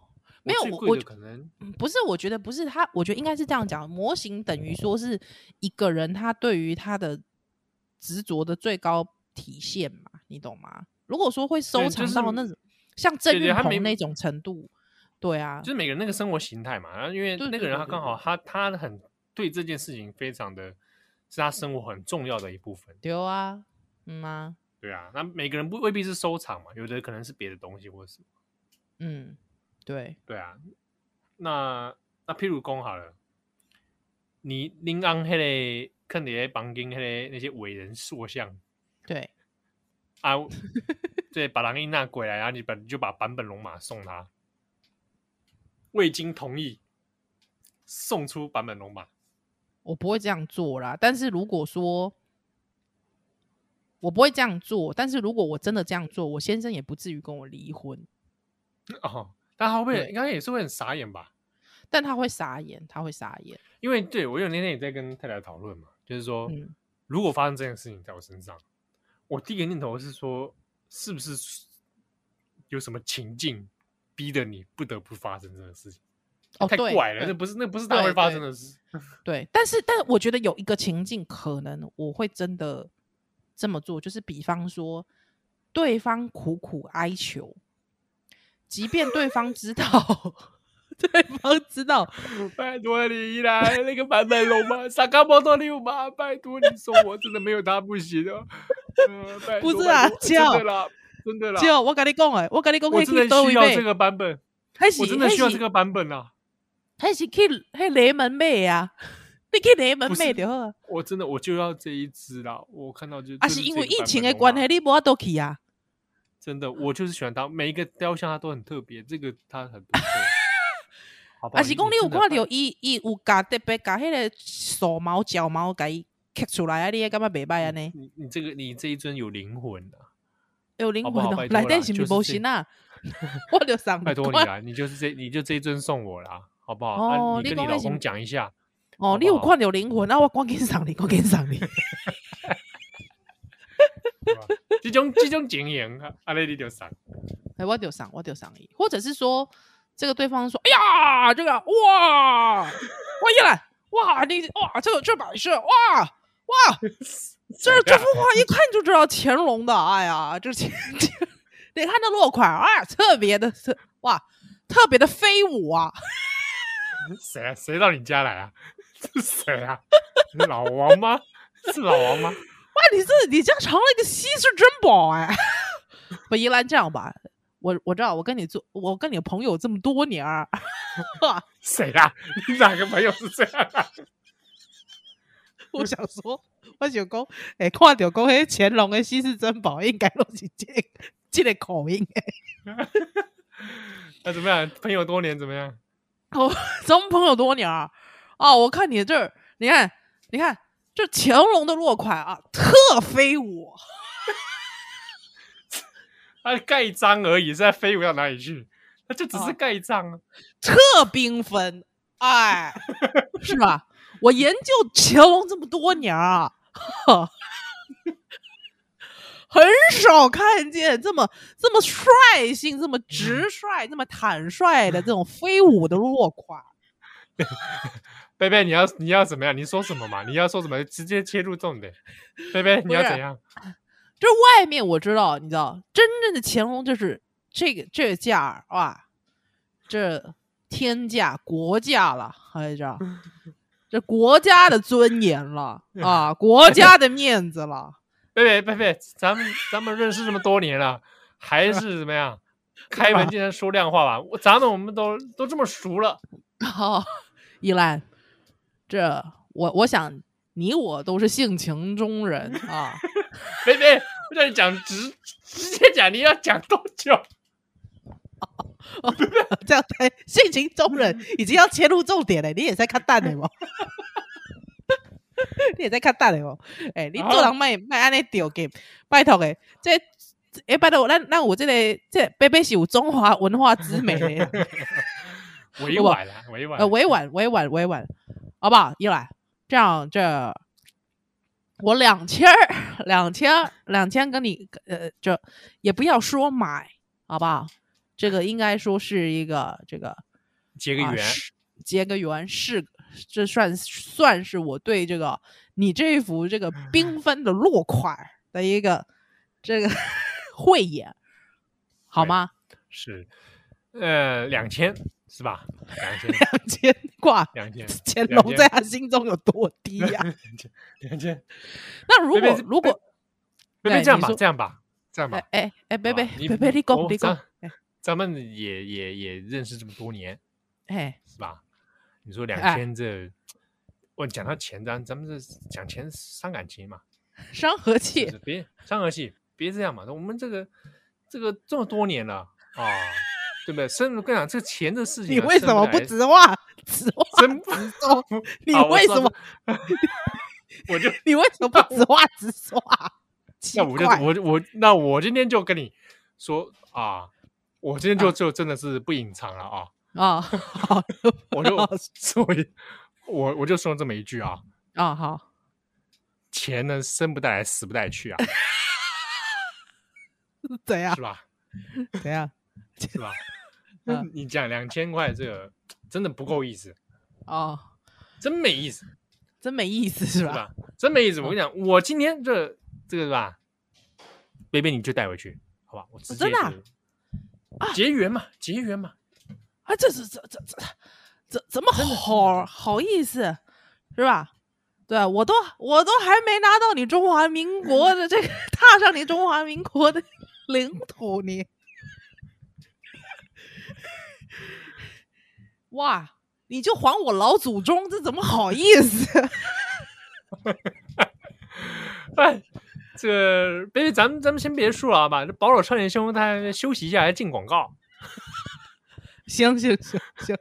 Speaker 3: 没有，
Speaker 2: 我最
Speaker 3: 我
Speaker 2: 贵
Speaker 3: 我
Speaker 2: 的可能
Speaker 3: 嗯不是，我觉得不是他，我觉得应该是这样讲，模型等于说是一个人他对于他的执着的最高体现嘛，你懂吗？如果说会收
Speaker 2: 对
Speaker 3: 藏
Speaker 2: 就是
Speaker 3: 到那种、像郑
Speaker 2: 对对
Speaker 3: 运
Speaker 2: 他没
Speaker 3: 鹏那种程度，对啊
Speaker 2: 就，是每个人那个生活形态嘛。然后因为
Speaker 3: 对
Speaker 2: 那
Speaker 3: 对
Speaker 2: 个人
Speaker 3: 对
Speaker 2: 他
Speaker 3: 对
Speaker 2: 刚好他他很对这件事情非常的，是他生活很重要的一部分。
Speaker 3: 丢啊，嗯啊，
Speaker 2: 对啊，那每个人不未必是收藏嘛，有的可能是别的东西或者什么。
Speaker 3: 嗯，对，
Speaker 2: 对啊，那那譬如讲好了，你拎安迄个，看你在房间迄个那些伟人塑像
Speaker 3: 对，
Speaker 2: 啊，对，把狼一纳过来，然后啊你把你就把版本龙马送他，未经同意送出版本龙马，
Speaker 3: 我不会这样做啦。但是如果说我不会这样做，但是如果我真的这样做，我先生也不至于跟我离婚，
Speaker 2: 哦，但他会不会
Speaker 3: 对
Speaker 2: 应该也是会很傻眼吧？
Speaker 3: 但他会傻眼，他会傻眼，
Speaker 2: 因为对我有那天也在跟太太讨论嘛，就是说，
Speaker 3: 嗯。
Speaker 2: 如果发生这件事情在我身上，我第一个念头是说，是不是有什么情境逼得你不得不发生这个事情？
Speaker 3: 哦，
Speaker 2: 太
Speaker 3: 对
Speaker 2: 怪了，
Speaker 3: 对
Speaker 2: 那不是那不是大会发生的事。
Speaker 3: 对，但是但我觉得有一个情境，可能我会真的这么做，就是比方说，对方苦苦哀求，即便对方知道， 对方知道，
Speaker 2: 拜托你来那个版本龙马，萨卡摩托六马，拜托你送我，真的没有他不行的。呃、拜托
Speaker 3: 不是啊
Speaker 2: 拜托真
Speaker 3: 叫
Speaker 2: 的啦，真的啦，
Speaker 3: 就我跟你讲哎，我跟你讲，
Speaker 2: 我
Speaker 3: 可以
Speaker 2: 真
Speaker 3: 去
Speaker 2: 的
Speaker 3: 多
Speaker 2: 需
Speaker 3: 一
Speaker 2: 要
Speaker 3: 倍
Speaker 2: 这，个版本，
Speaker 3: 还是
Speaker 2: 我真的需要这，
Speaker 3: 那是
Speaker 2: 个版本啊！
Speaker 3: 还是去还雷门妹啊，你去雷门
Speaker 2: 不
Speaker 3: 妹
Speaker 2: 是
Speaker 3: 就好啊，
Speaker 2: 我真的我就要这一只啦，我看到就
Speaker 3: 啊
Speaker 2: 就是
Speaker 3: 因
Speaker 2: 这
Speaker 3: 为
Speaker 2: 个
Speaker 3: 疫
Speaker 2: 版
Speaker 3: 情
Speaker 2: 本
Speaker 3: 的
Speaker 2: 龙
Speaker 3: 关
Speaker 2: 马
Speaker 3: 系，你无都去啊，
Speaker 2: 真的，我就是喜欢它，每一个雕像它都很特别，这个它很不错。好不好
Speaker 3: 啊是讲你有
Speaker 2: 真哦的
Speaker 3: 看
Speaker 2: 拜
Speaker 3: 到伊伊有甲特别甲迄个手毛脚毛甲伊刻出来啊，你会感觉袂歹安尼。
Speaker 2: 你你这个你这一尊有灵魂啊！
Speaker 3: 有灵
Speaker 2: 好
Speaker 3: 魂
Speaker 2: 不好
Speaker 3: 哦
Speaker 2: 拜，托
Speaker 3: 内底
Speaker 2: 啦
Speaker 3: 是毋
Speaker 2: 就是是
Speaker 3: 无
Speaker 2: 这
Speaker 3: 神 啊？我就上
Speaker 2: 拜托你啦，你就是这你就这一尊送我啦，好不好？
Speaker 3: 哦
Speaker 2: 啊、你
Speaker 3: 你
Speaker 2: 跟你
Speaker 3: 讲
Speaker 2: 老
Speaker 3: 那是
Speaker 2: 公讲一下，好
Speaker 3: 哦，
Speaker 2: 不
Speaker 3: 你有
Speaker 2: 好
Speaker 3: 看到灵魂，那啊我赶紧上你，赶紧上你。
Speaker 2: 好吧这种这种经营啊，阿雷你就上。
Speaker 3: 哎，我就上，我就上你，或者是说，这个对方说，哎呀，这个哇，哇一来，哇你哇这个这摆设，哇哇，这这幅 画一看就知道乾隆的，哎呀，这乾，你看这落款啊，特别的特哇，特别的飞舞啊，
Speaker 2: 谁啊？谁到你家来啊？是谁啊？老王吗？是老王吗？
Speaker 3: 哇，你这你家藏了一个稀世珍宝哎！ 不，依兰这样吧，我我知道，我跟你做，我跟你朋友这么多年儿，
Speaker 2: 谁啊？你哪个朋友是这样、啊？
Speaker 3: 我想说，我想讲，哎、看到讲 迄乾隆的稀世珍宝，应该都是这个、这个口音哎。
Speaker 2: 那怎么样？朋友多年怎么样？
Speaker 3: 咱们朋友多年啊，啊，我看你这儿，你看，你看，这乾隆的落款啊，特飞舞，
Speaker 2: 他盖章而已，是在飞舞到哪里去？他就只
Speaker 3: 哦
Speaker 2: 是盖章啊。
Speaker 3: 特缤纷，哎，是吧？我研究乾隆这么多年啊，呵很少看见这么这么率性、这么直率、这么坦率的这种飞舞的落款。
Speaker 2: 贝贝，你要你要怎么样？你说什么嘛？你要说什么？直接切入重点。贝贝，你要
Speaker 3: 不是
Speaker 2: 怎样？
Speaker 3: 这外面我知道，你知道，真正的乾隆就是这个这个价儿哇，这天价国价了，还 知道，这国家的尊严 了啊，国家的面子了，
Speaker 2: 贝贝贝贝，咱们咱们认识这么多年了，还是怎么样？开门见山说亮话吧。我咱们我们都都这么熟了，
Speaker 3: 好，依兰，这我我想你我都是性情中人啊，
Speaker 2: 贝贝，我叫你讲直直接讲，你要讲多久？
Speaker 3: 这样才性情中人，已经要切入重点了。你也在看蛋 的吗？你也在看蛋的哦，哎、你做
Speaker 2: 啊
Speaker 3: 人卖卖安尼丢给，拜托诶，这哎、拜托，咱咱有这个这贝贝是有中华文化之美 的，
Speaker 2: 委婉啦，委婉
Speaker 3: 呃，。委婉委婉委婉，好不好？一来这样这，我两千儿 两千儿两千跟你呃，这也不要说买，好不好？这个应该说是一个这个
Speaker 2: 结个
Speaker 3: 啊
Speaker 2: 缘，
Speaker 3: 是结个缘是，这算算是我对这个你这一幅这个缤纷的落款儿的一个这个 慧眼，好
Speaker 2: 对
Speaker 3: 吗？
Speaker 2: 是呃两千是吧？两千
Speaker 3: 两千挂
Speaker 2: 两 千
Speaker 3: 乾
Speaker 2: 两
Speaker 3: 隆
Speaker 2: 千
Speaker 3: 在他心中有多低呀、
Speaker 2: 两千。
Speaker 3: 那如
Speaker 2: 贝贝
Speaker 3: 果如果
Speaker 2: 贝
Speaker 3: 对
Speaker 2: 贝这样
Speaker 3: 你
Speaker 2: 吧，
Speaker 3: 说
Speaker 2: 这样吧，这样吧
Speaker 3: 哎，哎哎，贝
Speaker 2: 好吧
Speaker 3: 贝
Speaker 2: 你哦
Speaker 3: 贝贝，你
Speaker 2: 我
Speaker 3: 讲你
Speaker 2: 咱
Speaker 3: 讲，哎
Speaker 2: 咱们也也也认识这么多年，
Speaker 3: 哎
Speaker 2: 是吧？你说两
Speaker 3: 哎
Speaker 2: 千这，我讲到钱，咱咱们这讲钱伤感情嘛，
Speaker 3: 伤和
Speaker 2: 就
Speaker 3: 气
Speaker 2: 是别伤和气，别这样嘛。我们这个这个这么多年了啊，对不对？生跟你讲，这个钱的事情啊，
Speaker 3: 你为什么不
Speaker 2: 知
Speaker 3: 直话直话
Speaker 2: 真不啊
Speaker 3: 直说？你
Speaker 2: 好我
Speaker 3: 为
Speaker 2: 知道
Speaker 3: 什么？
Speaker 2: 我就
Speaker 3: 你为什么不直话直说啊？奇
Speaker 2: 那我就
Speaker 3: 怪
Speaker 2: 我就我那我今天就跟你说啊，我今天
Speaker 3: 嗯
Speaker 2: 就就真的是不隐藏了啊，
Speaker 3: 啊，好
Speaker 2: 我 就
Speaker 3: 哦
Speaker 2: 所以，我我就说这么一句啊，
Speaker 3: 啊好。
Speaker 2: 钱呢生不带来，死不带去啊，
Speaker 3: 怎样
Speaker 2: 是？吧？
Speaker 3: 怎样？
Speaker 2: 是吧？那
Speaker 3: 嗯
Speaker 2: 你讲两千块这个真的不够意思，
Speaker 3: 哦，
Speaker 2: 真没意思，
Speaker 3: 真没意思是
Speaker 2: 是
Speaker 3: 吧？
Speaker 2: 吧？真没意思。我跟你讲，我今天这这个是吧，贝贝你就带回去，好吧？我直接
Speaker 3: 真的啊
Speaker 2: 就结缘嘛，结缘嘛，
Speaker 3: 啊，这是这这这怎怎么好好意思是吧？对我都我都还没拿到你中华民国的这个 踏上你中华民国的 领土，你 哇，你就还我老祖宗，这怎么好意思？
Speaker 2: 哎，这个 baby，咱们咱们先别说了，好吧？这保守少年兄他休息一下，还进广告。
Speaker 3: 行行行行，